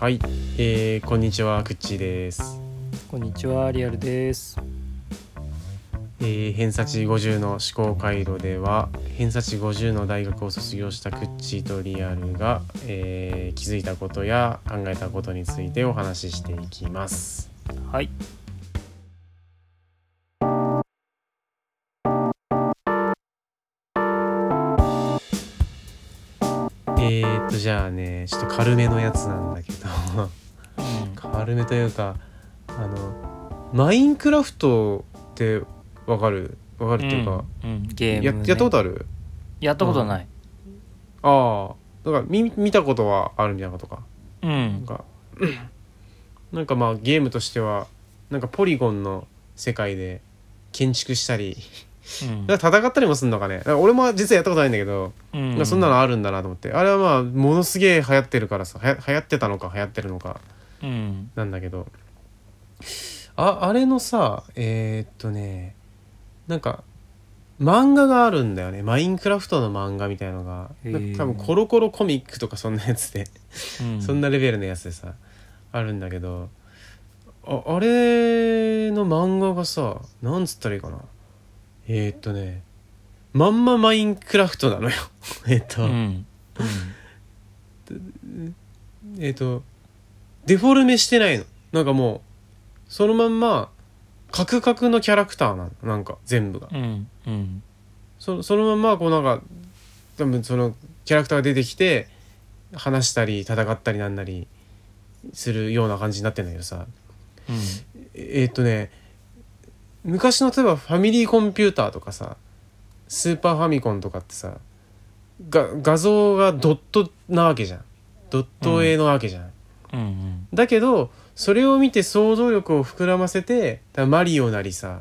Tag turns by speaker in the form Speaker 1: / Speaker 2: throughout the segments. Speaker 1: はい、えー、こんにちは、くっちーです。
Speaker 2: こんにちは、リアルです。
Speaker 1: えー、偏差値50の思考回路では、偏差値50の大学を卒業したくっちーとリアルが、えー、気づいたことや考えたことについてお話ししていきます。
Speaker 2: はい。
Speaker 1: えー、っと、じゃあね、ちょっと軽めのやつなんだけど、軽めというか、あの、マインクラフトってわかるわかるっていうか、
Speaker 2: うん、うんゲームね、
Speaker 1: ややったことある
Speaker 2: やったことない。
Speaker 1: ああだから見見たことはあるみたいなことか
Speaker 2: う
Speaker 1: なん
Speaker 2: ん。
Speaker 1: かなんかまあゲームとしてはなんかポリゴンの世界で建築したり
Speaker 2: うん
Speaker 1: だから戦ったりもするのかねだから俺も実はやったことないんだけど、
Speaker 2: う
Speaker 1: なんかそんなのあるんだなと思ってあれはまあものすげえ流行ってるからさはや流行ってたのか流行ってるのか
Speaker 2: うん。
Speaker 1: なんだけどああれのさえーっとねなんか漫画があるんだよねマインクラフトの漫画みたいのが
Speaker 2: へー
Speaker 1: 多分コロコロコミックとかそんなやつで
Speaker 2: うん、
Speaker 1: そんなレベルのやつでさあるんだけどああれの漫画がさなんつったらいいかなえー、っとねまんまマインクラフトなのよ えーっと、
Speaker 2: うん。うん。
Speaker 1: えーっとデフォルメしてないのなんかもうそのまんまカクカクのキャラクターなのなんか全部が
Speaker 2: うん。うん。
Speaker 1: そそのまんまこうなんか多分そのキャラクターが出てきて話したり戦ったりなんなりするような感じになってんだけどさ
Speaker 2: うん
Speaker 1: えーっとね昔の例えばファミリーコンピューターとかさスーパーファミコンとかってさが画像がドットなわけじゃんドット絵なわけじゃん、
Speaker 2: うん。
Speaker 1: だけどそれを見て想像力を膨らませてだからマリオなりさ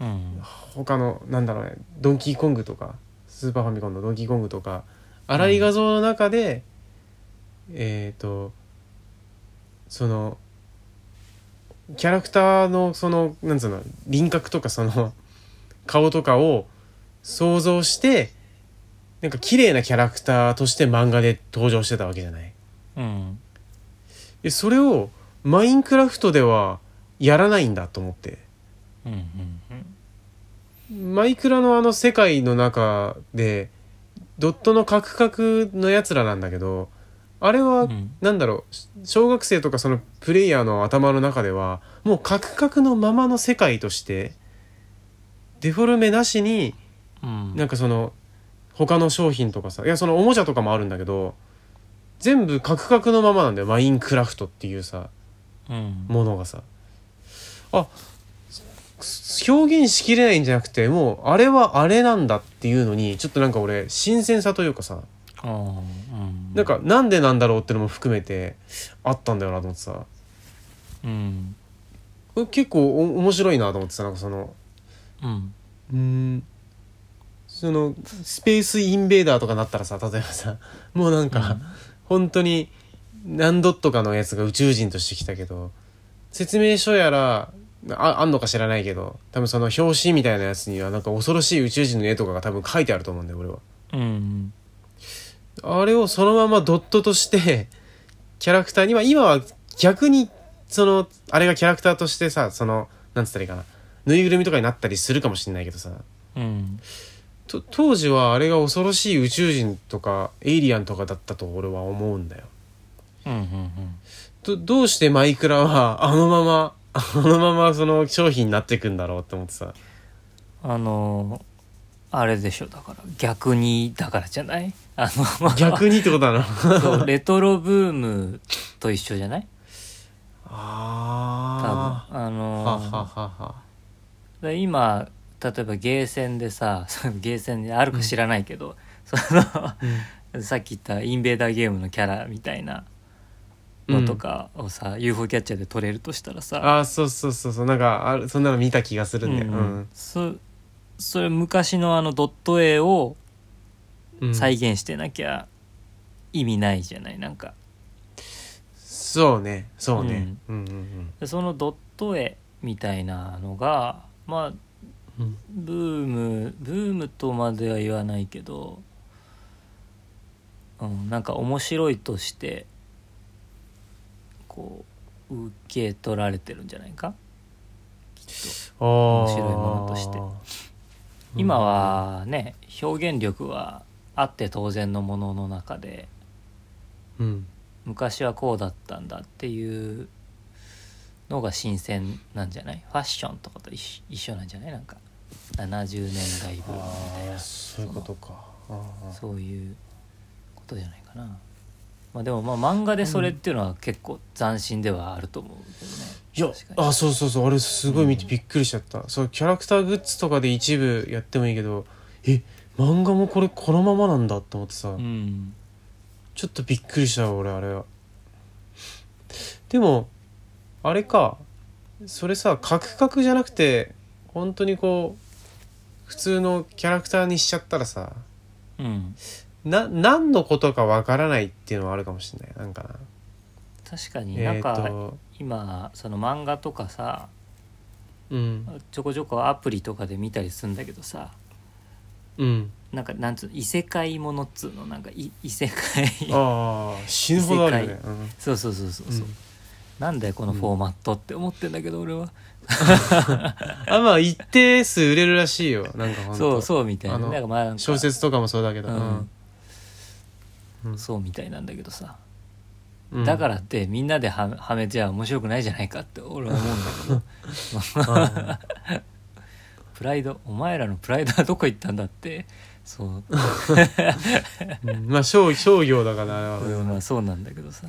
Speaker 2: うん。
Speaker 1: 他のなんだろうねドンキーコングとかスーパーファミコンのドンキーコングとか粗い画像の中で、えっ、とそのキャラクターのそのなんつうの輪郭とかその顔とかを想像してなんか綺麗なキャラクターとして漫画で登場してたわけじゃない。
Speaker 2: うん。
Speaker 1: でそれをマインクラフトではやらないんだと思って。
Speaker 2: うん。
Speaker 1: マイクラのあの世界の中でドットのカクカクのやつらなんだけどあれ
Speaker 2: う
Speaker 1: は
Speaker 2: ん。
Speaker 1: なんだろうし小学生とかそのプレイヤーの頭の中ではもうカクカクのままの世界としてデフォルメなしに
Speaker 2: うん。
Speaker 1: なんかその他の商品とかさいやそのおもちゃとかもあるんだけど全部カクカクのままなんだよマインクラフトっていうさ
Speaker 2: うん。
Speaker 1: ものがさあす表現しきれないんじゃなくてもうあれはあれなんだっていうのにちょっとなんか俺新鮮さというかさ
Speaker 2: あーうん。
Speaker 1: なんかなんでなんだろうってのも含めてあったんだよなと思ってさ
Speaker 2: うん。
Speaker 1: これ結構お面白いなと思ってさなんかその
Speaker 2: うん。
Speaker 1: うーんそのスペースインベーダーとかなったらさ例えばさ もうなんか、本当に何ドットかのやつが宇宙人としてきたけど説明書やらああんのか知らないけど多分その表紙みたいなやつにはなんか恐ろしい宇宙人の絵とかが多分書いてあると思うんだよ俺は。
Speaker 2: うん。
Speaker 1: あれをそのままドットとしてキャラクターには今は逆にそのあれがキャラクターとしてさそのなんつったらいいかなぬいぐるみとかになったりするかもしれないけどさ
Speaker 2: うん。
Speaker 1: と当時はあれが恐ろしい宇宙人とかエイリアンとかだったと俺は思うんだよ。
Speaker 2: うん。うん。
Speaker 1: どどうしてマイクラはあのままあのままその商品になっていくんだろうって思ってさ
Speaker 2: あのーあれでしょだから逆にだからじゃないあの
Speaker 1: 逆にってことだな
Speaker 2: そうレトロブームと一緒じゃない多分
Speaker 1: あ
Speaker 2: あの
Speaker 1: ー
Speaker 2: ー
Speaker 1: はははは
Speaker 2: で今例えばゲーセンでさ そのゲーセンであるか知らないけど、 そのさっき言ったインベーダーゲームのキャラみたいなのとかをさ、UFO キャッチャーで取れるとしたらさ
Speaker 1: あーそうそうそうそうなんかあるそんなの見た気がするんだよ、う
Speaker 2: うんんそそれ昔のあのドット絵を
Speaker 1: うん
Speaker 2: 再現してなきゃ意味ないじゃないなんか
Speaker 1: そうねそうね、うん、うんうん
Speaker 2: でそのドット絵みたいなのがまあ
Speaker 1: うん
Speaker 2: ブームブームとまでは言わないけど、うん、なんか面白いとしてこう受け取られてるんじゃないかきっと
Speaker 1: 面
Speaker 2: 白いものとして今、はね表現力はあって当然のものの中で
Speaker 1: うん
Speaker 2: 昔はこうだったんだっていうのが新鮮なんじゃないファッションとかと一緒一緒なんじゃないなんか70年代ブームみたい
Speaker 1: あ
Speaker 2: な
Speaker 1: あそういうことかああ
Speaker 2: そういうことじゃないかな。まあ、でもまあ漫画でそれっていうのは結構斬新ではあると思うけどね。
Speaker 1: いや
Speaker 2: 確かに
Speaker 1: あそうそうそうあれすごい見てびっくりしちゃった、そうキャラクターグッズとかで一部やってもいいけどえ漫画もこれこのままなんだと思ってさ、
Speaker 2: うん。
Speaker 1: ちょっとびっくりしたわ俺あれはでもあれかそれさカクカクじゃなくて本当にこう普通のキャラクターにしちゃったらさ
Speaker 2: うん。
Speaker 1: な何のことかわからないっていうのはあるかもしれないなんかな
Speaker 2: 確かになん
Speaker 1: えっ、
Speaker 2: か
Speaker 1: と
Speaker 2: 今その漫画とかさ
Speaker 1: うん
Speaker 2: ちょこちょこアプリとかで見たりするんだけどさ
Speaker 1: うん
Speaker 2: なんかなんつうの異世界ものっつうのなんかい異世界
Speaker 1: ああ死ぬほどあるよね、うん
Speaker 2: そうそうそうそう
Speaker 1: う
Speaker 2: そう、
Speaker 1: ん
Speaker 2: なんだよこのフォーマットって思ってんだけど俺は、
Speaker 1: あまあ一定数売れるらしいよなんかほんと
Speaker 2: そうそうみたいな
Speaker 1: あの
Speaker 2: なんかまあなんか
Speaker 1: 小説とかもそうだけど、
Speaker 2: うん
Speaker 1: うん
Speaker 2: そうみたいなんだけどさ
Speaker 1: うん
Speaker 2: だからってみんなでははめては面白くないじゃないかって俺は思 うんだけど
Speaker 1: あ
Speaker 2: プライドお前らのプライドはどこ行ったんだってそう、
Speaker 1: あうんまあ商商業だからあれは
Speaker 2: うんまあそうなんだけどさ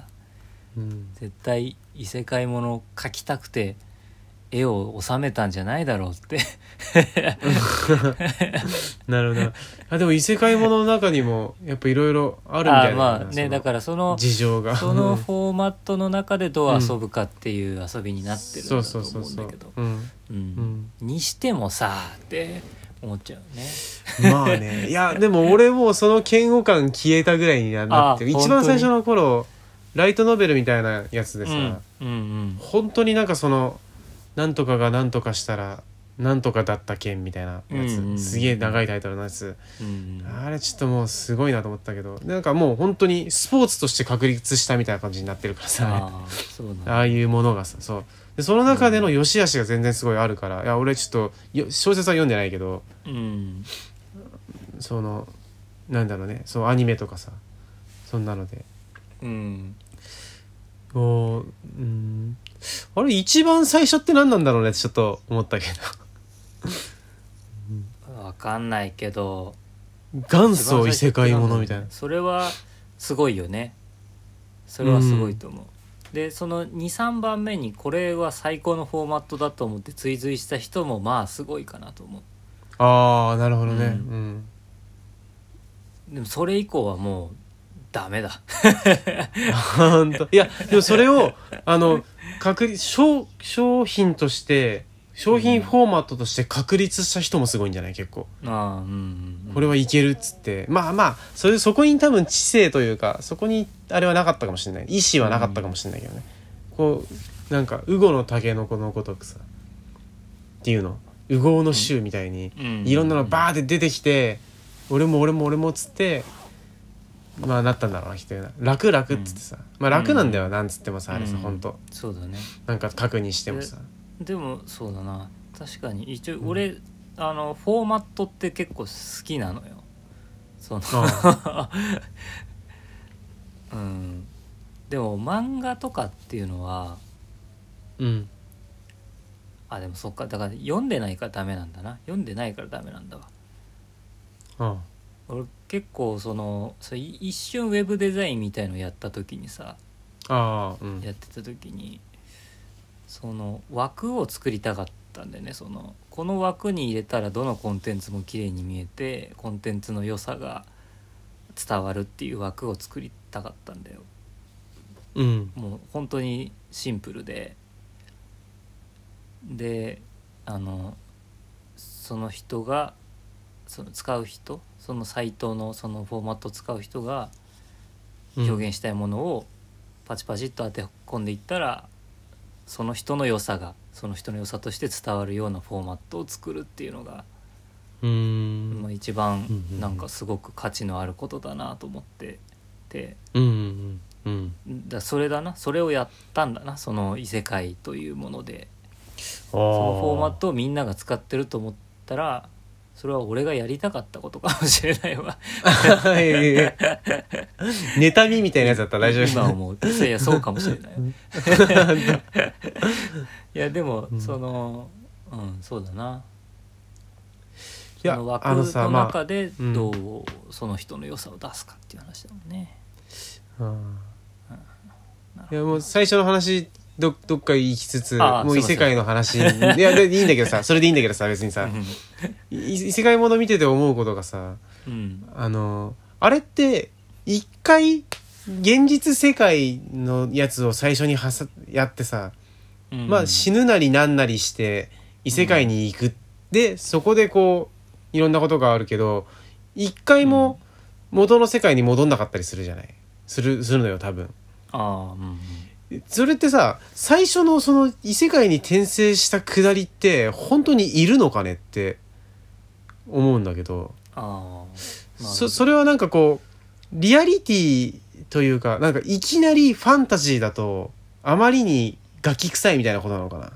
Speaker 1: うん
Speaker 2: 絶対異世界ものを描きたくて絵を収めたんじゃないだろうって
Speaker 1: なるほどあでも異世界ものの中にもやっぱいろいろあるみた
Speaker 2: あ
Speaker 1: いな
Speaker 2: まあねだからそ
Speaker 1: ら
Speaker 2: の
Speaker 1: 事情が
Speaker 2: そのフォーマットの中でどう遊ぶかっていう遊びになってるん
Speaker 1: そう
Speaker 2: だ
Speaker 1: そ
Speaker 2: と
Speaker 1: うそう
Speaker 2: 思うん
Speaker 1: そ
Speaker 2: だ
Speaker 1: う
Speaker 2: けど、
Speaker 1: うん
Speaker 2: うん
Speaker 1: うん
Speaker 2: にしてもさって思っちゃうね
Speaker 1: まあねいや でも俺もうその嫌悪感消えたぐらいにはなってる
Speaker 2: あ
Speaker 1: 一番最
Speaker 2: 本当に
Speaker 1: 初の頃ライトノベルみたいなやつでさ、
Speaker 2: うん、うんうん
Speaker 1: 本当になんかそのなんとかがなんとかしたらなんとかだったけんみたいなやつ、
Speaker 2: うんうん
Speaker 1: すげえ長いタイトルのやつ、
Speaker 2: うんうん
Speaker 1: あれちょっともうすごいなと思ったけどなんかもう本当にスポーツとして確立したみたいな感じになってるからさあ
Speaker 2: ああそうなん
Speaker 1: あ
Speaker 2: だ
Speaker 1: いうものがさそうでその中での良し悪しが全然すごいあるからいや俺ちょっとよ小説は読んでないけど
Speaker 2: うん
Speaker 1: そのなんだろうねそうアニメとかさそんなので
Speaker 2: うん
Speaker 1: おーうんあれ一番最初って何なんだろうねってちょっと思ったけど
Speaker 2: わかんないけど
Speaker 1: 元祖異世界ものみたいな。
Speaker 2: それはすごいよねそれはすごいと思う、でその23番目にこれは最高のフォーマットだと思って追随した人もまあすごいかなと思う
Speaker 1: ああなるほどね。う
Speaker 2: うん
Speaker 1: ん。
Speaker 2: でもそれ以降はもうダメだ
Speaker 1: 本当いやでもそれをあの確立商商品として商品フォーマットとして確立した人もすごいんじゃない結構。
Speaker 2: ああうん、うん、
Speaker 1: これはいけるっつってまあまあそれそこに多分知性というかそこにあれはなかったかもしれない意思はなかったかもしれないけどね。こうなんかウゴのタケノコのごとくさっていうのウゴの衆みたいに。いろんなのバーって出てきて、俺も俺も俺もっつってまあなったんだろうなきっとな楽楽っつってさ、まあ楽なんだよなんつってもさ、あれさ
Speaker 2: うん
Speaker 1: ほんと
Speaker 2: そうだね
Speaker 1: なんか確認してもさ、
Speaker 2: でもそうだな確かに一応
Speaker 1: ん
Speaker 2: 俺、あのフォーマットって結構好きなのよその うんでも漫画とかっていうのは
Speaker 1: うん
Speaker 2: あでもそっかだから読んでないからダメなんだな読んでないからダメなんだわ
Speaker 1: あ
Speaker 2: 俺結構そのそれ一瞬ウェブデザインみたいのやった時にさ
Speaker 1: あああうん
Speaker 2: やってた時にその枠を作りたかったんだよねそのこの枠に入れたらどのコンテンツも綺麗に見えてコンテンツの良さが伝わるっていう枠を作りたかったんだよ
Speaker 1: うん
Speaker 2: もう本当にシンプルでであのその人がその使う人そのサイトのそのフォーマットを使う人が
Speaker 1: うん
Speaker 2: 表現したいものをパチパチっと当て込んでいったらその人の良さがその人の良さとして伝わるようなフォーマットを作るっていうのが、
Speaker 1: うー
Speaker 2: まあ、
Speaker 1: ん
Speaker 2: 一
Speaker 1: うんうんう
Speaker 2: 番
Speaker 1: ん
Speaker 2: なんかすごく価値のあることだなと思ってて
Speaker 1: うんうんうん
Speaker 2: だそれだなそれをやったんだなその異世界というもので
Speaker 1: そ
Speaker 2: そのフォ ーマットをみんなが使ってると思ったらそれは俺がやりたかったことかもしれないわ
Speaker 1: 妬みみたいなやつだったら大丈夫
Speaker 2: 今思ういやいやそうかもしれない いやでも、
Speaker 1: うん
Speaker 2: そのうんそうだないそ
Speaker 1: やあ
Speaker 2: の
Speaker 1: の
Speaker 2: 枠
Speaker 1: さ
Speaker 2: の
Speaker 1: まあ
Speaker 2: 中で
Speaker 1: うん
Speaker 2: どうその人の良さを出すかっていう話だもんね、
Speaker 1: うん
Speaker 2: な
Speaker 1: い
Speaker 2: るほど
Speaker 1: やもう最初の話どどっか行きつつ
Speaker 2: あー
Speaker 1: もう
Speaker 2: すい
Speaker 1: 異
Speaker 2: ません
Speaker 1: 世界の話いやでいいんだけどさそれでいいんだけどさ別にさい異世界もの見てて思うことがさ
Speaker 2: うんうん
Speaker 1: あのあれって一回現実世界のやつを最初にはさやってさ、
Speaker 2: うん
Speaker 1: まあ死ぬなりなんなりして異世界に行く、でそこでこういろんなことがあるけど一回も元の世界に戻んなかったりするじゃないするするのよ多分。
Speaker 2: ああうんうん
Speaker 1: それってさ最初のその異世界に転生したくだりって本当にいるのかねって思うんだけど、
Speaker 2: ああまあ
Speaker 1: そそれはなんかこうリアリティというかなんかいきなりファンタジーだとあまりにガキ臭いみたいなことなのかな
Speaker 2: あ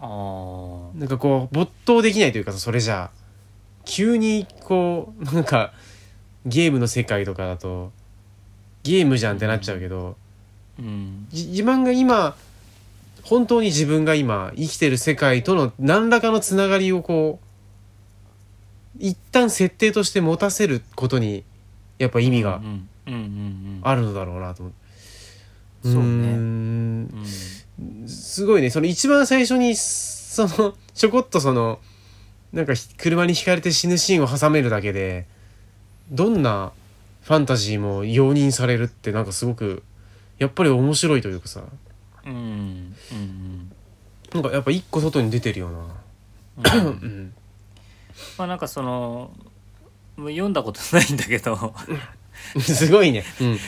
Speaker 2: あ
Speaker 1: なんかこう没頭できないというかさそれじゃあ急にこうなんかゲームの世界とかだとゲームじゃんってなっちゃうけど、
Speaker 2: うん
Speaker 1: じ自分が今本当に自分が今生きてる世界との何らかのつながりをこう一旦設定として持たせることにやっぱ意味
Speaker 2: う
Speaker 1: が
Speaker 2: んうんうんうん
Speaker 1: あるのだろうなと思って、
Speaker 2: そうね
Speaker 1: ーん
Speaker 2: うん
Speaker 1: すごいねその一番最初にその ちょこっとそのなんかひ車にひかれて死ぬシーンを挟めるだけでどんなファンタジーも容認されるってなんかすごくやっぱり面白いというかさ
Speaker 2: うんうんうん
Speaker 1: なんかやっぱ一個外に出てるよな。
Speaker 2: う
Speaker 1: うんん。
Speaker 2: まあなんかそのもう読んだことないんだけど
Speaker 1: すごいね。うん。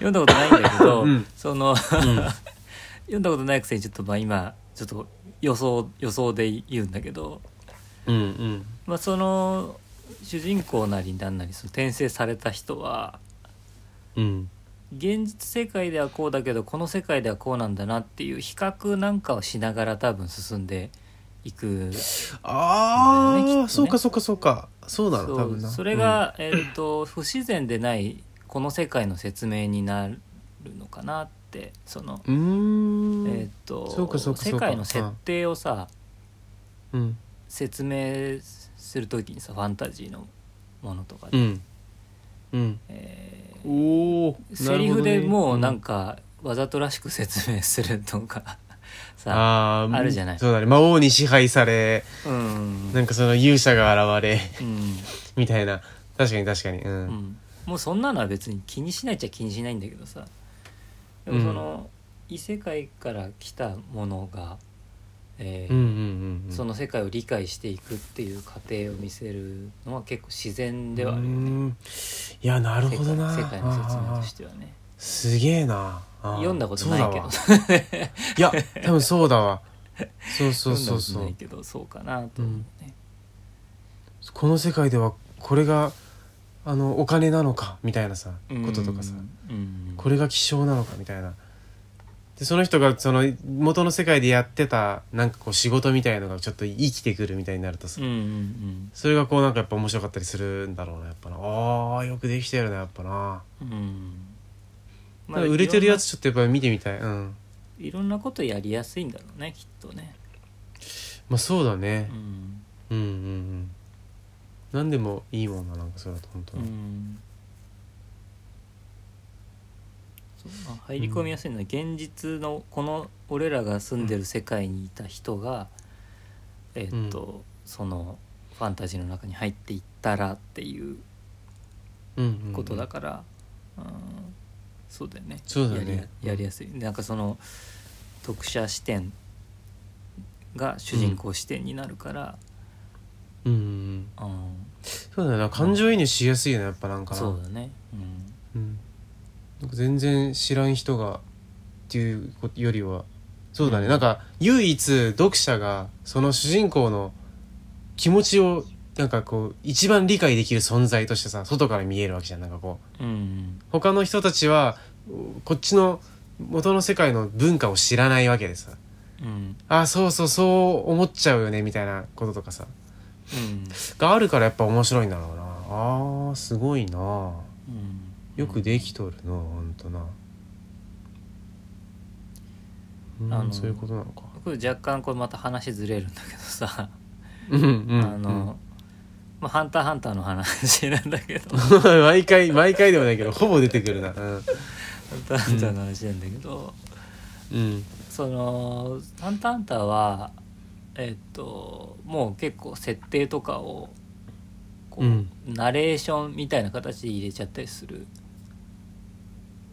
Speaker 2: 読んだことないんだけど、
Speaker 1: うん
Speaker 2: その読んだことないくせにちょっとまあ今ちょっと予想予想で言うんだけど、
Speaker 1: うんうん。
Speaker 2: まあ、その主人公なりなんなりその転生された人は
Speaker 1: うん。
Speaker 2: 現実世界ではこうだけどこの世界ではこうなんだなっていう比較なんかをしながら多分進んでいく
Speaker 1: あ
Speaker 2: そうだよねきっと
Speaker 1: あ、
Speaker 2: ね
Speaker 1: そうかそうかそうか。そうなの、多分な。
Speaker 2: それが、えっ、と不自然でないこの世界の説明になるのかなってその、
Speaker 1: うん。うーん。
Speaker 2: えっ、と
Speaker 1: そうかそうかそうか
Speaker 2: 世界の設定をさ、
Speaker 1: うん。
Speaker 2: 説明するときにさファンタジーのものとかで、
Speaker 1: うん。うん。
Speaker 2: えー
Speaker 1: おお。
Speaker 2: セリフでもうなん
Speaker 1: か。
Speaker 2: か、わざとらしく説明するとかさ
Speaker 1: ああ、
Speaker 2: あるじゃない
Speaker 1: そうだね。魔王に支配され、
Speaker 2: うん
Speaker 1: なんかその勇者が現れ、
Speaker 2: うん
Speaker 1: みたいな。確かに確かに。う。
Speaker 2: うんん、もうそんなのは別に気にしないっちゃ気にしないんだけどさでもその、異世界から来たものが、え
Speaker 1: う
Speaker 2: ー
Speaker 1: んうんうん。
Speaker 2: その世界を理解していくっていう過程を見せるのは結構自然ではあるよ
Speaker 1: う
Speaker 2: ね
Speaker 1: んいや、なる
Speaker 2: 世
Speaker 1: ほ
Speaker 2: 界
Speaker 1: どな。
Speaker 2: 世界の説明としてはね
Speaker 1: すげえなあー
Speaker 2: 読んだことないけど
Speaker 1: そうだわいや多分そうだわそうそうそうそ
Speaker 2: 読んだことな
Speaker 1: う
Speaker 2: いけどそうかなと思うね、
Speaker 1: この世界ではこれがあのお金なのかみたいなさ
Speaker 2: うん
Speaker 1: こととかさ
Speaker 2: うん
Speaker 1: これが希少なのかみたいなでその人がその元の世界でやってたなんかこう仕事みたいのがちょっと生きてくるみたいになるとさ、
Speaker 2: うんうん
Speaker 1: それがこうなんかやっぱ面白かったりするんだろうなやっぱなあーよくできてるなやっぱな、
Speaker 2: うんうんま
Speaker 1: ま
Speaker 2: あ
Speaker 1: 売れてるやつちょっとやっぱ見てみたいうん
Speaker 2: いろんなことやりやすいんだろうねきっとね、
Speaker 1: まあそうだね、
Speaker 2: うん
Speaker 1: うんうんうん何でもいいもんななんかそれだと本当
Speaker 2: う
Speaker 1: に、
Speaker 2: んそうまあ入り込みやすいのは現実のこの俺らが住んでる世界にいた人が、えーっと、そのファンタジーの中に入っていったらっていう
Speaker 1: うんうんうん
Speaker 2: ことだから、うんそうだよね
Speaker 1: そうだよね
Speaker 2: やりややりやすいなんかその読者視点が主人公視点になるから、
Speaker 1: うんうんうん
Speaker 2: うん
Speaker 1: そうだよな感情移入しやすいよねやっぱなんかな
Speaker 2: そうだね、うん
Speaker 1: うん、なんか全然知らん人がっていうことよりはそうだね、
Speaker 2: うん
Speaker 1: なんか唯一読者がその主人公の気持ちをなんかこう一番理解できる存在としてさ外から見えるわけじゃんなんかこう
Speaker 2: うん
Speaker 1: 他の人たちはこっちの元の世界の文化を知らないわけでさ
Speaker 2: うん
Speaker 1: あそうそうそう思っちゃうよねみたいなこととかさ
Speaker 2: うん
Speaker 1: があるからやっぱ面白いんだろうなあーすごいな
Speaker 2: うん
Speaker 1: よくできとるなほんとな、うん、
Speaker 2: あの
Speaker 1: そういうことなのか
Speaker 2: 僕若干これまた話ずれるんだけどさ、
Speaker 1: うんうん
Speaker 2: あの、まあ、ハンターハンターの話なんだけどハン
Speaker 1: うん 毎回毎回ではないけどほぼ出てくるなうん
Speaker 2: ターハンターの話なんだけど、
Speaker 1: うん
Speaker 2: そのハンターハンターはえっともう結構設定とかをこう、
Speaker 1: うん
Speaker 2: ナレーションみたいな形で入れちゃったりする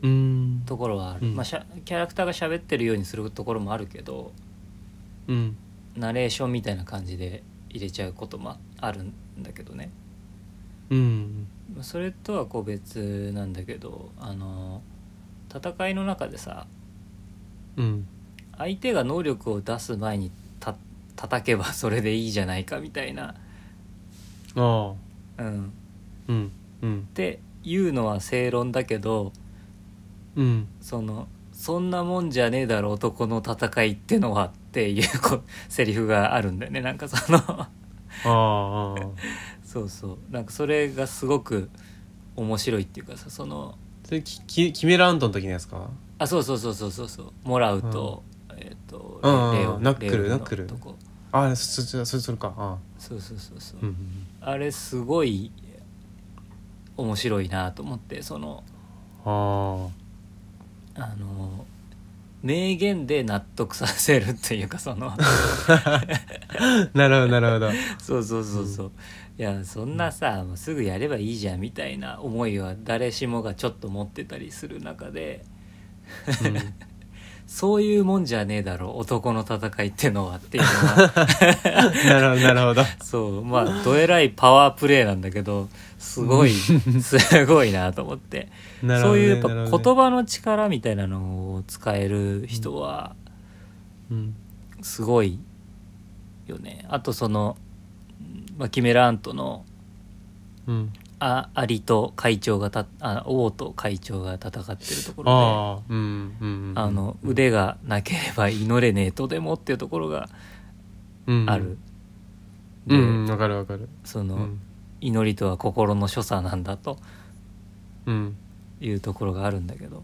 Speaker 1: うん
Speaker 2: ところはある、
Speaker 1: うん
Speaker 2: まあ、しゃキャラクターが喋ってるようにするところもあるけど
Speaker 1: うん
Speaker 2: ナレーションみたいな感じで入れちゃうこともあるんだけどね
Speaker 1: うん
Speaker 2: まあそれとは個別なんだけどあの戦いの中でさ
Speaker 1: うん
Speaker 2: 相手が能力を出す前にた叩けばそれでいいじゃないかみたい
Speaker 1: あ
Speaker 2: な、
Speaker 1: あ
Speaker 2: うん、
Speaker 1: うんうん
Speaker 2: っていうのは正論だけど
Speaker 1: うん
Speaker 2: そのそんなもんじゃねえだろ男の戦いってのはっていうこ セリフがあるんだよねなんかその
Speaker 1: ああ
Speaker 2: そうそうなんかそれがすごく面白いっていうかさその
Speaker 1: それきき決めラウンドの時のやつか
Speaker 2: あそうそうそうそうそうそうもらうと、えっ、と
Speaker 1: うんうん
Speaker 2: レオ
Speaker 1: ナックル
Speaker 2: レオの
Speaker 1: ナックル
Speaker 2: とこ
Speaker 1: ああそそそれそれかあ
Speaker 2: そうそうそうそう、
Speaker 1: あうん
Speaker 2: あれすごい面白いなと思ってその
Speaker 1: ああ
Speaker 2: あの名言で納得させるっていうかその
Speaker 1: なるほどなるほど
Speaker 2: そうそうそうそう、いやそんなさもうすぐやればいいじゃんみたいな思いは誰しもがちょっと持ってたりする中でそういうもんじゃねえだろ男の戦いってのはっていう のは
Speaker 1: なるほどなる ほど
Speaker 2: そうまあどえらいパワープレイなんだけどすごいすごいなと思って。
Speaker 1: なるほどね
Speaker 2: そういうやっぱ
Speaker 1: なるほどね
Speaker 2: 言葉の力みたいなのを使える人は
Speaker 1: うん
Speaker 2: すごいよね。あとその、うんまあ、キメラアントの
Speaker 1: うん
Speaker 2: あアリと会長がたあ王と会長が戦ってるところ
Speaker 1: ああうんうん
Speaker 2: であの腕がなければ祈れねえとでもっていうところがある。
Speaker 1: う
Speaker 2: で、
Speaker 1: んうんわかるわかる
Speaker 2: そうの、
Speaker 1: ん
Speaker 2: 祈りとは心の所作なんだと
Speaker 1: うん
Speaker 2: いうところがあるんだけど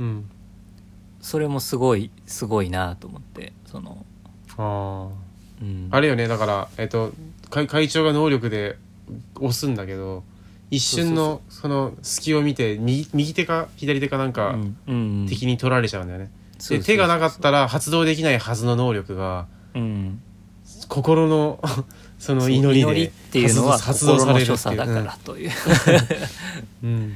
Speaker 1: うん
Speaker 2: それもすごいすごいなと思ってその、
Speaker 1: ああ
Speaker 2: うん、
Speaker 1: あれよねだから、えっと、会会長が能力で押すんだけど一瞬のその隙を見て右右手か左手かなんか
Speaker 2: うんうん
Speaker 1: 敵に取られちゃうんだよね。
Speaker 2: そうそう
Speaker 1: で
Speaker 2: そう
Speaker 1: 手がなかったら発動できないはずの能力が
Speaker 2: うん、
Speaker 1: 心の その
Speaker 2: そう
Speaker 1: 祈りで
Speaker 2: っていうのは
Speaker 1: 発動
Speaker 2: 心
Speaker 1: さ
Speaker 2: の
Speaker 1: れる
Speaker 2: 所
Speaker 1: って
Speaker 2: 作
Speaker 1: いう
Speaker 2: だからという、
Speaker 1: うんうん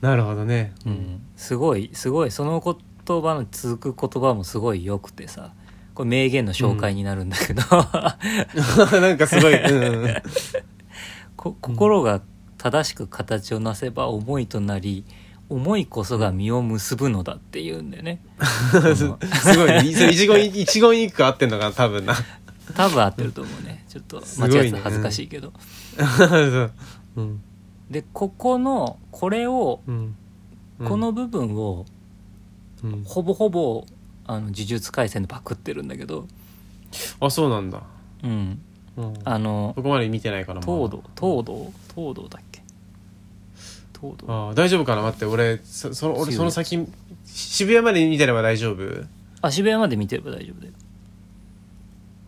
Speaker 1: なるほどね。
Speaker 2: うんすごいすごいその言葉の続く言葉もすごい良くてさこれ名言の紹介になるんだけど、
Speaker 1: なんかすごい。うんうん
Speaker 2: こ心が正しく形をなせば思いとなり思いこそが実を結ぶのだっていうんだ よねの
Speaker 1: すごい。それ一言 一一言一句合ってんのかな多分な。
Speaker 2: 多分合ってると思うねちょっと
Speaker 1: すごいね
Speaker 2: 間違えてたら恥ずかしいけど
Speaker 1: そううん
Speaker 2: でここのこれを
Speaker 1: うんうん
Speaker 2: この部分を
Speaker 1: うん
Speaker 2: ほぼほぼあの呪術廻戦でパクってるんだけど
Speaker 1: あそうなんだ。
Speaker 2: うん
Speaker 1: うん
Speaker 2: あの
Speaker 1: そこまで見てないからまだ
Speaker 2: 東堂東堂東堂だっけ東堂あ
Speaker 1: ああ大丈夫かな待って俺そその俺
Speaker 2: 渋谷
Speaker 1: その先渋谷まで見てれば大丈夫
Speaker 2: 渋谷まで見てれば大丈夫だよ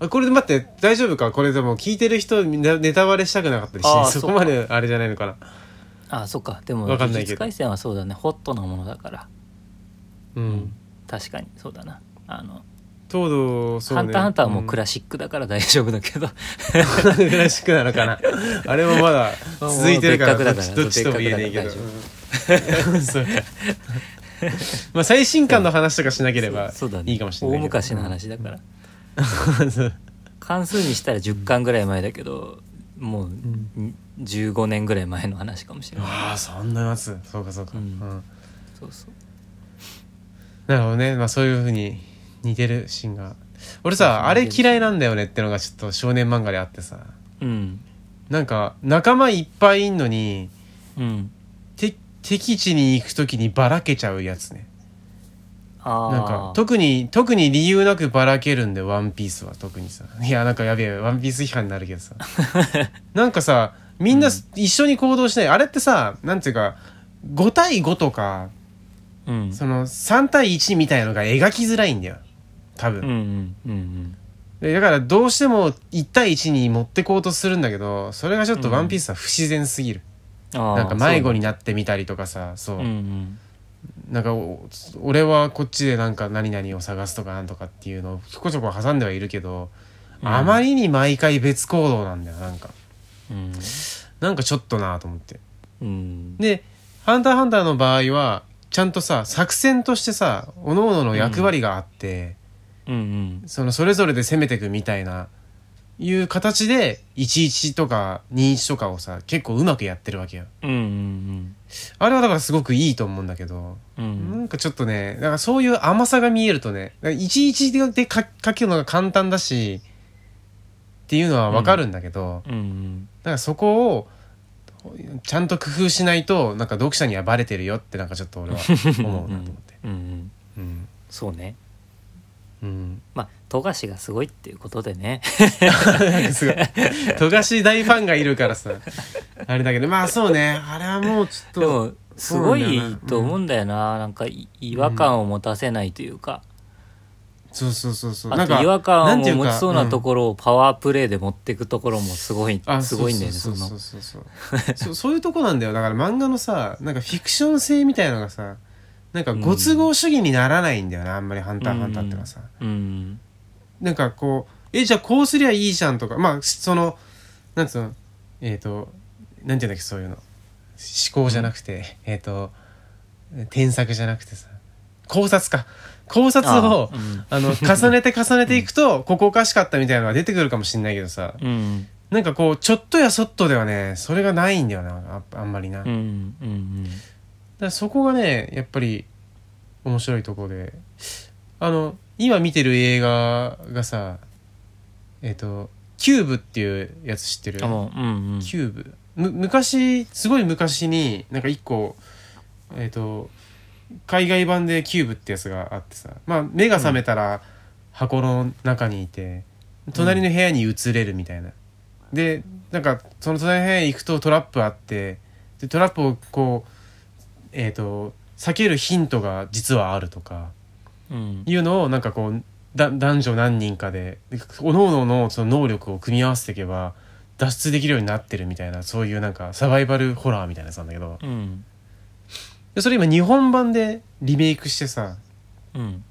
Speaker 1: あこれで待って大丈夫かこれでも聞いてる人みんなネタバレしたくなかったり
Speaker 2: ああ
Speaker 1: してそこまであれじゃないのかな
Speaker 2: あそっかでも
Speaker 1: わかん
Speaker 2: 呪
Speaker 1: ないけ
Speaker 2: 術
Speaker 1: ど
Speaker 2: 廻戦はそうだねホットなものだから
Speaker 1: うん、
Speaker 2: 確かにそうだなあの、
Speaker 1: 東堂そう
Speaker 2: ハ
Speaker 1: ね
Speaker 2: ンターハンターはもうク
Speaker 1: 暗
Speaker 2: ラシックだから大丈夫だけど、
Speaker 1: いクラシックなのかなあれもまだ
Speaker 2: もう
Speaker 1: 続いてるから
Speaker 2: 別格だ
Speaker 1: どっ
Speaker 2: か
Speaker 1: ちど
Speaker 2: ら
Speaker 1: っちとも言えないけど
Speaker 2: 別格
Speaker 1: うんそうかまあ最新刊の話とかしなければ
Speaker 2: そうだね
Speaker 1: いいかもしれないけ
Speaker 2: 大
Speaker 1: ど
Speaker 2: 昔の話だから、
Speaker 1: そう
Speaker 2: 関数にしたら10巻ぐらい前だけどもう、15年ぐらい前の話かもしれない
Speaker 1: ああそんなやつそうかそうか、
Speaker 2: うん
Speaker 1: うん
Speaker 2: そうそう
Speaker 1: なるほどね、まあ、そういうふうに似てるシーンが俺さあ
Speaker 2: そうそう
Speaker 1: れ嫌いなんだよねってのがちょっと少年漫画であってさ
Speaker 2: うん
Speaker 1: なんか仲間いっぱいいんのに
Speaker 2: うん
Speaker 1: て敵地に行く時にばらけちゃうやつね
Speaker 2: あー
Speaker 1: なんか特に特に理由なくばらけるんで「ワンピースは特にさ いやなんかやべえ「ワンピース批判になるけ どさなんかさみんな一緒に行動しない、あれってさなんていうか5対5とか
Speaker 2: うん
Speaker 1: その3対1みたいのが描きづらいんだよ多分、
Speaker 2: うんうんうんうん
Speaker 1: でだからどうしても1対1に持ってこうとするんだけどそれがちょっと「ワンピースは不自然すぎる、
Speaker 2: あー
Speaker 1: なんか迷子になってみたりとかさそう、
Speaker 2: そううん
Speaker 1: なんかお俺はこっちでなんか何々を探すとかなんとかっていうのをちょこちょこ挟んではいるけど、
Speaker 2: うん
Speaker 1: あまりに毎回別行動なんだよなんか
Speaker 2: うん
Speaker 1: なんかちょっとなと思って
Speaker 2: うん
Speaker 1: で「ハンターハンター」の場合はちゃんとさ作戦としてさ各々の役割があって、
Speaker 2: うんうん
Speaker 1: そのそれぞれで攻めていくみたいないう形で11とか21とかをさ結構うまくやってるわけよ
Speaker 2: うんうん
Speaker 1: あれはだからすごくいいと思うんだけど
Speaker 2: うんう
Speaker 1: な
Speaker 2: ん
Speaker 1: んかちょっとね、だからそういう甘さが見えるとね、だから11でか書けるのが簡単だし、っていうのはわかるんだけど、だ
Speaker 2: うんうん
Speaker 1: からそこを、ちゃんと工夫しないと、なんか読者にはバレてるよってなんかちょっと俺は思うなと思って。
Speaker 2: うんうん
Speaker 1: うん。
Speaker 2: そうね
Speaker 1: うん。
Speaker 2: まあ富樫がすごいっていうことでね
Speaker 1: なんかすごい。富樫大ファンがいるからさ、あれだけど、まあそうね、あれはもうちょっと、
Speaker 2: でもすご
Speaker 1: そうなんだよ
Speaker 2: い
Speaker 1: な
Speaker 2: と思うんだよな、なんかい違和感を持たせないというか、
Speaker 1: そうそうそうそう。
Speaker 2: あと違和感を持ちそうな
Speaker 1: こ
Speaker 2: ところをパワープレイで持っていくところもすごい、
Speaker 1: あ
Speaker 2: すごいんだよね
Speaker 1: そ
Speaker 2: そう
Speaker 1: そ
Speaker 2: の
Speaker 1: うそうそうそうそうそういうとこなんだよだから漫画のさなんかフィクション性みたいのがさなんかご都合主義にならないんだよな、あんまり「ハンターハンター」ってのはさ、
Speaker 2: うん
Speaker 1: なんかこうえじゃあこうすりゃいいじゃんとかまあそのなんつうのえっ、となんていうんだっけそういうの思考じゃなくて、えっ、と添削じゃなくてさ考察か考察を
Speaker 2: あうん
Speaker 1: あの重ねて重ねていくと、ここおかしかったみたいなのが出てくるかもしんないけどさ、
Speaker 2: うん
Speaker 1: なんかこうちょっとやそっとではねそれがないんだよなああんまりな、だ
Speaker 2: う
Speaker 1: か
Speaker 2: んうん
Speaker 1: らそこがねやっぱり面白いところであの今見てる映画がさえっ、とキューブっていうやつ知ってる
Speaker 2: あもううんうん
Speaker 1: キューブむ昔すごい昔になんか一個えっ、と海外版でキューブってやつがあってさまあ目が覚めたら箱の中にいて、隣の部屋に移れるみたいな、でなんかその隣の部屋に行くとトラップあってでトラップをこうえっ、と避けるヒントが実はあるとか
Speaker 2: うん
Speaker 1: いうのをなんかこうだ男女何人かででおのおののその能力を組み合わせていけば脱出できるようになってるみたいなそういうなんかサバイバルホラーみたいなやつなんだけど
Speaker 2: うん
Speaker 1: でそれ今日本版でリメイクしてさ
Speaker 2: うん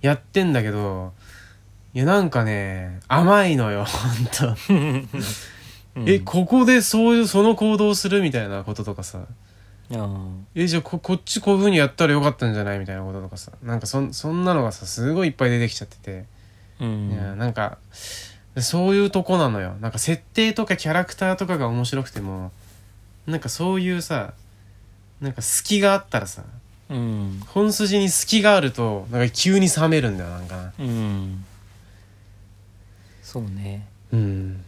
Speaker 1: やってんだけどいやなんかね甘いのよほんと
Speaker 2: うん
Speaker 1: えここでそういうその行動をするみたいなこととかさ
Speaker 2: あ
Speaker 1: えじゃあここっちこういう風にやったらよかったんじゃないみたいなこととかさなんかそんそんなのがさすごいいっぱい出てきちゃってて。
Speaker 2: ーう
Speaker 1: いや
Speaker 2: ん
Speaker 1: なんかそういうとこなのよなんか設定とかキャラクターとかが面白くてもなんかそういうさなんか隙があったらさ
Speaker 2: うん
Speaker 1: 本筋に隙があるとなんか急に冷めるんだよなんかな
Speaker 2: うんそうね
Speaker 1: うん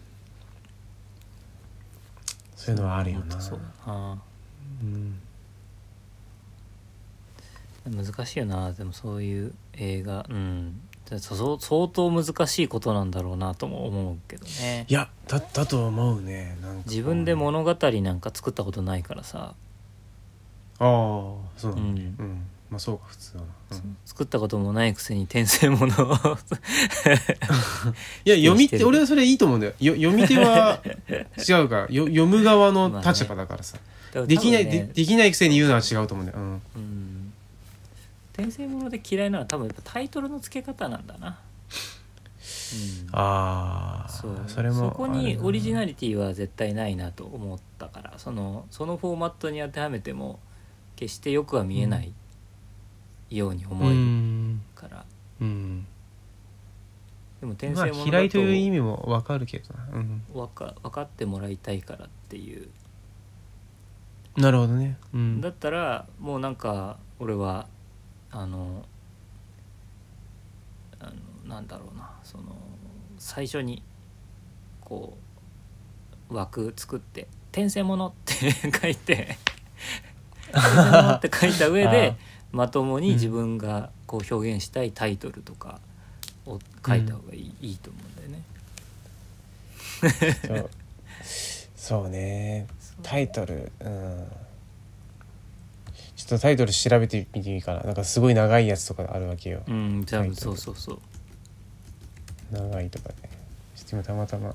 Speaker 1: そういうのはあるよな
Speaker 2: そうだな
Speaker 1: うん
Speaker 2: 難しいよなでもそういう映画うんそそ相当難しいことなんだろうなとも思うけどね
Speaker 1: いやだだと思うねなんか
Speaker 2: 自分で物語なんか作ったことないからさ、
Speaker 1: ああそう
Speaker 2: う
Speaker 1: なんだ
Speaker 2: ん
Speaker 1: うん、まあそうか普通はな、うん
Speaker 2: 作ったこともないくせに転生ものを
Speaker 1: いや読み
Speaker 2: してる
Speaker 1: 手俺はそれいいと思うんだよよ読み手は違う からよ読む側の立場だからさ、 できない、
Speaker 2: 多分
Speaker 1: で
Speaker 2: ね
Speaker 1: できないくせに言うのは違うと思うんだよ、うん、
Speaker 2: うん、転生もので嫌いなのは多分やっぱタイトルの付け方なんだな、うん、
Speaker 1: ああ
Speaker 2: そう
Speaker 1: それも
Speaker 2: こにオリジ
Speaker 1: ル
Speaker 2: ナリティは絶対ないなと思ったからそのそのフォーマットに当てはめても決してよくは見えないように思
Speaker 1: う
Speaker 2: える
Speaker 1: ん、
Speaker 2: から、
Speaker 1: うん、
Speaker 2: でも転
Speaker 1: まあ
Speaker 2: 生もの
Speaker 1: 嫌
Speaker 2: だ
Speaker 1: いと
Speaker 2: と
Speaker 1: いう意味もわかるけどな、うん、
Speaker 2: わか分かってもらいたいからっていう
Speaker 1: なるほどね、うん、
Speaker 2: だったらもうなんか俺はあのあのなんだろうなその最初にこう枠作って「転生もの」って書いてありがとうって書いた上
Speaker 1: ああ
Speaker 2: でまともに
Speaker 1: うん
Speaker 2: 自分がこう表現したいタイトルとかを書いた方がいい,、いいと思うんだよね。
Speaker 1: そうそうねタイトルうんちょっとタイトル調べてみていいかななんかすごい長いやつとかあるわけよ
Speaker 2: うん、多
Speaker 1: タイト
Speaker 2: 分
Speaker 1: ル
Speaker 2: そうそうそう。
Speaker 1: 長いとかねちょっと今たまたま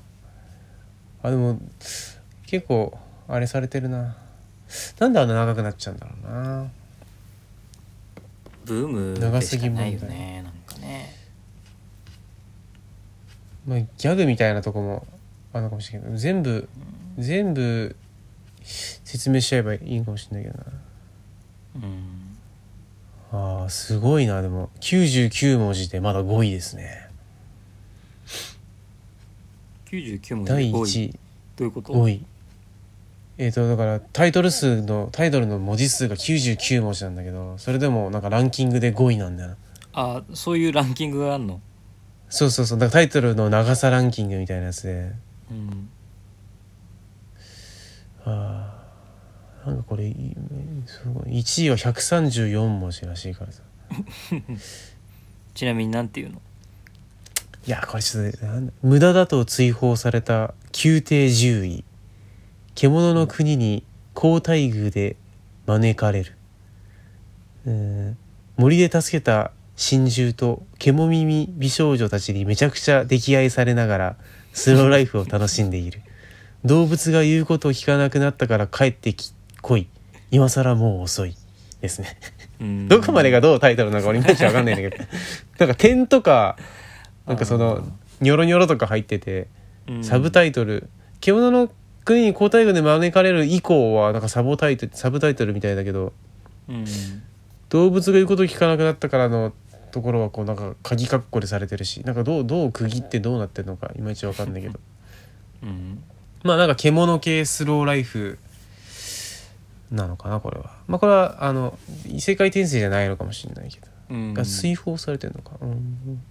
Speaker 1: あでも結構あれされてるななんであんな長くなっちゃうんだろうな
Speaker 2: ブームでしかないよねなんかね。
Speaker 1: まあギャグみたいなとこもあるのかもしれないけど全部全部説明しちゃえばいいのかもしれないけどな
Speaker 2: うん、
Speaker 1: あーすごいなでも99文字でまだ5位ですね
Speaker 2: 99文字
Speaker 1: 第
Speaker 2: で5位
Speaker 1: 1位
Speaker 2: どういうこと
Speaker 1: 5位えっ、とだからタイトル数のタイトルの文字数が99文字なんだけどそれでもなんかランキングで5位なんだよな
Speaker 2: あそういうランキングがあるの、
Speaker 1: そうそうそうだからタイトルの長さランキングみたいなやつで
Speaker 2: うん、
Speaker 1: あーなんかこれいすごい1位は134文字らしいからさ
Speaker 2: ちなみになんていうの
Speaker 1: いやこれちょっとなんだ無駄だと追放された宮廷獣医獣の国に好待遇で招かれるうん森で助けた神獣と獣耳美少女たちにめちゃくちゃ溺愛されながらスローライフを楽しんでいる動物が言うことを聞かなくなったから帰ってき来い今更もう遅いですね
Speaker 2: うん
Speaker 1: どこまでがどうタイトルなのか俺いまいちわかんないん だけどなんか点とかなんかそのニョロニョロとか入ってて
Speaker 2: うん
Speaker 1: サブタイトル「獣の国に皇太軍で招かれる以降は」なんかサボタイトルサブタイトルみたいだけど
Speaker 2: うん
Speaker 1: 動物が言うことを聞かなくなったからのところはこうなんか鍵括弧でされてるしなんかどうどう区切ってどうなってるのかいまいちわかんないけど
Speaker 2: うん
Speaker 1: まあなんか獣系スローライフなのかなこれはまあこれはあの異世界転生じゃないのかもしれないけど。
Speaker 2: うん
Speaker 1: が追放されてるのか、うんうん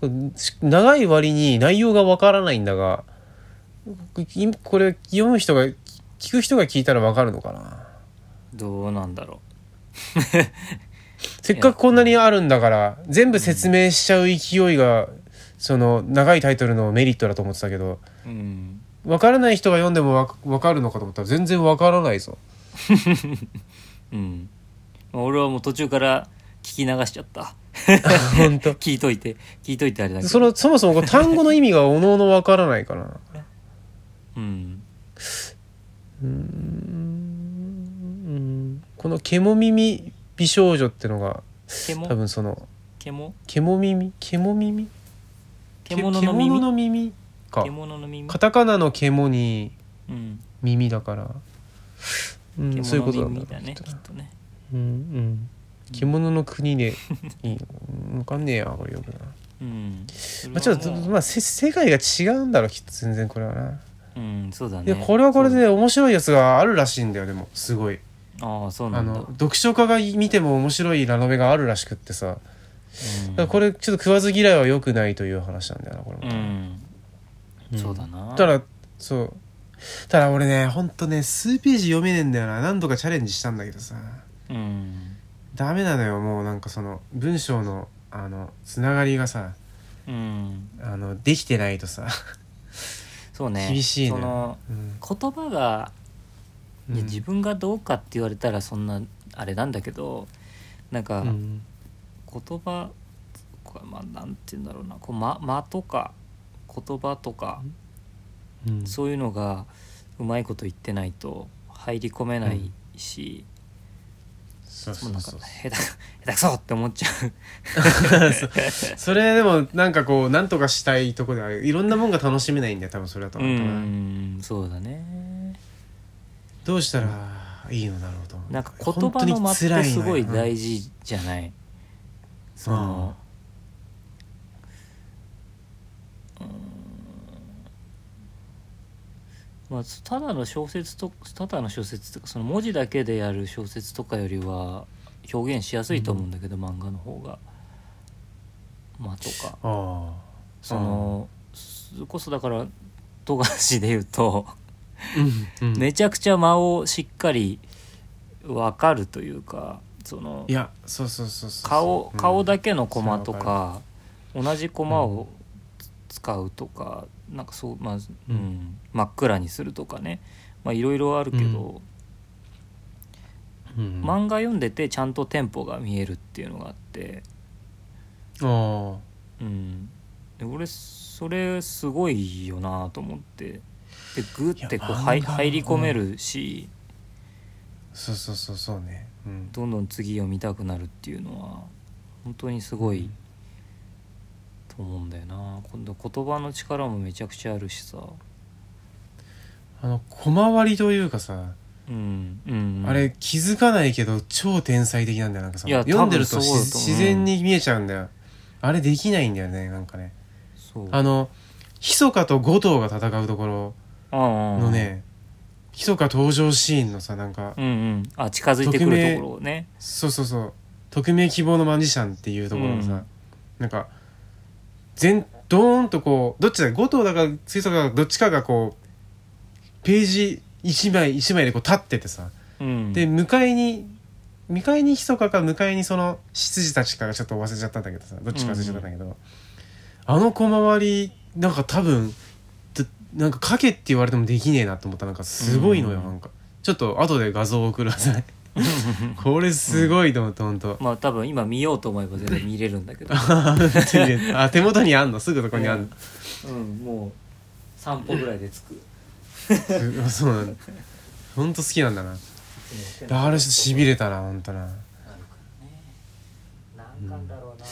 Speaker 1: これし長い割に内容がわからないんだがいこれ読む人が聞聞く人が聞いたらわかるのかな
Speaker 2: どうなんだろ
Speaker 1: せっかくこんなにあるんだから全部説明しちゃう勢いがその長いタイトルのメリットだと思ってたけど
Speaker 2: う、うん、
Speaker 1: わからない人が読んでもわわかるのかと思ったら全然わからない ぞ
Speaker 2: うん、俺はもう途中から聞き流しちゃった
Speaker 1: 本当
Speaker 2: 聞いといて聞いといてあれだけど
Speaker 1: そのそもそもこう単語の意味がおのおのわからないから
Speaker 2: うん
Speaker 1: うーんこの「獣耳美少女」ってのが
Speaker 2: 獣
Speaker 1: 多分その
Speaker 2: 獣
Speaker 1: 「獣耳」「獣耳」け
Speaker 2: 獣の耳
Speaker 1: 獣耳か
Speaker 2: 獣の耳
Speaker 1: カタカナの「獣」に
Speaker 2: うん
Speaker 1: 「耳」だから、うん、そういう
Speaker 2: 獣
Speaker 1: こと
Speaker 2: の
Speaker 1: なんだ
Speaker 2: 耳
Speaker 1: ろうき
Speaker 2: だねき
Speaker 1: っとな
Speaker 2: っとね
Speaker 1: うんうん獣の国でい いのわかんねえやこれよくな、
Speaker 2: うん
Speaker 1: まあ、ちょっ
Speaker 2: そ
Speaker 1: と
Speaker 2: れはもう
Speaker 1: まあせ世界が違うんだろうきっと全然これはな、
Speaker 2: うんそうだ
Speaker 1: いや
Speaker 2: ね
Speaker 1: これはこれで面白いやつがあるらしいんだよでもすごい
Speaker 2: ああそうな
Speaker 1: あ
Speaker 2: んだ
Speaker 1: の読書家が見ても面白いラノベがあるらしくってさ、
Speaker 2: う
Speaker 1: だ
Speaker 2: ん
Speaker 1: からこれちょっと食わず嫌いは良くないという話なんだよなこれも、
Speaker 2: うん
Speaker 1: ん
Speaker 2: そうだな
Speaker 1: ただそうただ俺ねほんとね数ページ読めねえんだよな何度かチャレンジしたんだけどさ
Speaker 2: うん
Speaker 1: ダメなのよもうなんかその文章のあのつながりがさ
Speaker 2: うん
Speaker 1: あのできてないとさ、
Speaker 2: そうね
Speaker 1: 厳しい
Speaker 2: そ
Speaker 1: ね
Speaker 2: の
Speaker 1: うん
Speaker 2: 言葉がい
Speaker 1: う
Speaker 2: や
Speaker 1: ん
Speaker 2: 自分がどうかって言われたらそんなあれなんだけどなんか言
Speaker 1: ん
Speaker 2: 葉、こうまあ、なんて言うんだろうなこう間間とか言葉とか、
Speaker 1: うん
Speaker 2: そういうのがうまいこと言ってないと入り込めないし、
Speaker 1: そう
Speaker 2: も
Speaker 1: そうう
Speaker 2: なんか
Speaker 1: そう
Speaker 2: 下手く下手くそって思っちゃう
Speaker 1: それでもなんかこうなんとかしたいとこではあるいろんなもんが楽しめないんだよ多分それだと
Speaker 2: う
Speaker 1: 思うから
Speaker 2: んそうだね
Speaker 1: どうしたらいいのだろうと思う
Speaker 2: なんか言葉の間ってすごい大事じゃないそのまあただの小説とただの小説とかその文字だけでやる小説とかよりは表現しやすいと思うんだけど、漫画の方が。まあとか
Speaker 1: あ
Speaker 2: そのそれこそだから富樫で言うと
Speaker 1: あ、うんうん
Speaker 2: めちゃくちゃ間をしっかり分かるというかその
Speaker 1: いやそうそうそうそう
Speaker 2: 顔
Speaker 1: うん
Speaker 2: 顔だけのコマ
Speaker 1: そ
Speaker 2: と
Speaker 1: れは
Speaker 2: か同じコマを使うとかなんかそうまあ、う、
Speaker 1: うん
Speaker 2: 真っ暗にするとかねまあいろいろあるけど、
Speaker 1: うんうん
Speaker 2: 漫画読んでてちゃんとテンポが見えるっていうのがあって、
Speaker 1: ああ
Speaker 2: うん、で俺それすごいよなと思ってでグッてこ
Speaker 1: い
Speaker 2: う
Speaker 1: や
Speaker 2: はい
Speaker 1: 漫画
Speaker 2: 入り込めるし、
Speaker 1: そうそうそうそうねうん
Speaker 2: どんどん次読みたくなるっていうのは本当にすごいと思うんだよな今度言葉の力もめちゃくちゃあるしさ、
Speaker 1: あの小回りというかさ、
Speaker 2: うんうんうん
Speaker 1: あれ気づかないけど超天才的なんだよなんかさ
Speaker 2: いや
Speaker 1: 読んでる
Speaker 2: 多
Speaker 1: と
Speaker 2: 分そうだと思う
Speaker 1: 自自然に見えちゃうんだよあれできないんだよねなんかね
Speaker 2: そう
Speaker 1: あの密かと五頭が戦うところ
Speaker 2: あ
Speaker 1: のね密か登場シーンのさなんか
Speaker 2: うんうんあ近づいてくるところをね
Speaker 1: そうそうそう匿名希望のマジシャンっていうところのさ、
Speaker 2: うん
Speaker 1: なんか全ドーンとこうどっちだ五頭だか水素だかどっちかがこうページ一枚一枚でこう立っててさ
Speaker 2: うん
Speaker 1: で向かいに向かいにひそかか向かいにその執事たちかがちょっと忘れちゃったんだけどさどっちか忘れちゃったんだけど、あの小回りなんか多分どなんかかけって言われてもできねえなと思ったなんかすごいのよ、
Speaker 2: うん
Speaker 1: なんかちょっと後で画像送らさいこれすごいと思ったほんと。
Speaker 2: まあ多分今見ようと思えば全然見れるんだけど、
Speaker 1: あー あ手元にあんのすぐそこにあんの、
Speaker 2: うん、もう散歩ぐらいで着く
Speaker 1: すそうなんだほんと好きなんだなあれしびれたなほんとな
Speaker 2: あるからね何巻だろうな、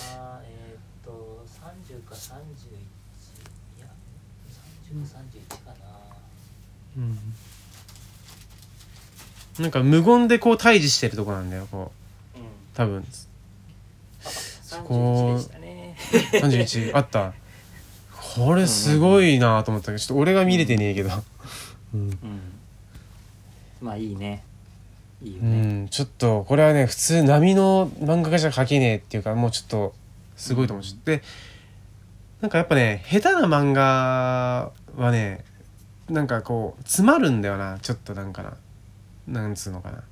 Speaker 2: えーっと30か31いや30か31かな
Speaker 1: うんなんか無言でこう対峙してるとこなんだよこう
Speaker 2: うん
Speaker 1: 多分
Speaker 2: 31
Speaker 1: こ
Speaker 2: でしたね
Speaker 1: 31あったこれすごいなと思ったけどちょっと俺が見れてねえけどうん、
Speaker 2: うんまあいいねいいよ
Speaker 1: う
Speaker 2: ね
Speaker 1: ん、ちょっとこれはね普通波の漫画家じゃ描けねえっていうかもうちょっとすごいと思うし、でなんかやっぱね下手な漫画はねなんかこう詰まるんだよなちょっとなんかななんつうのかな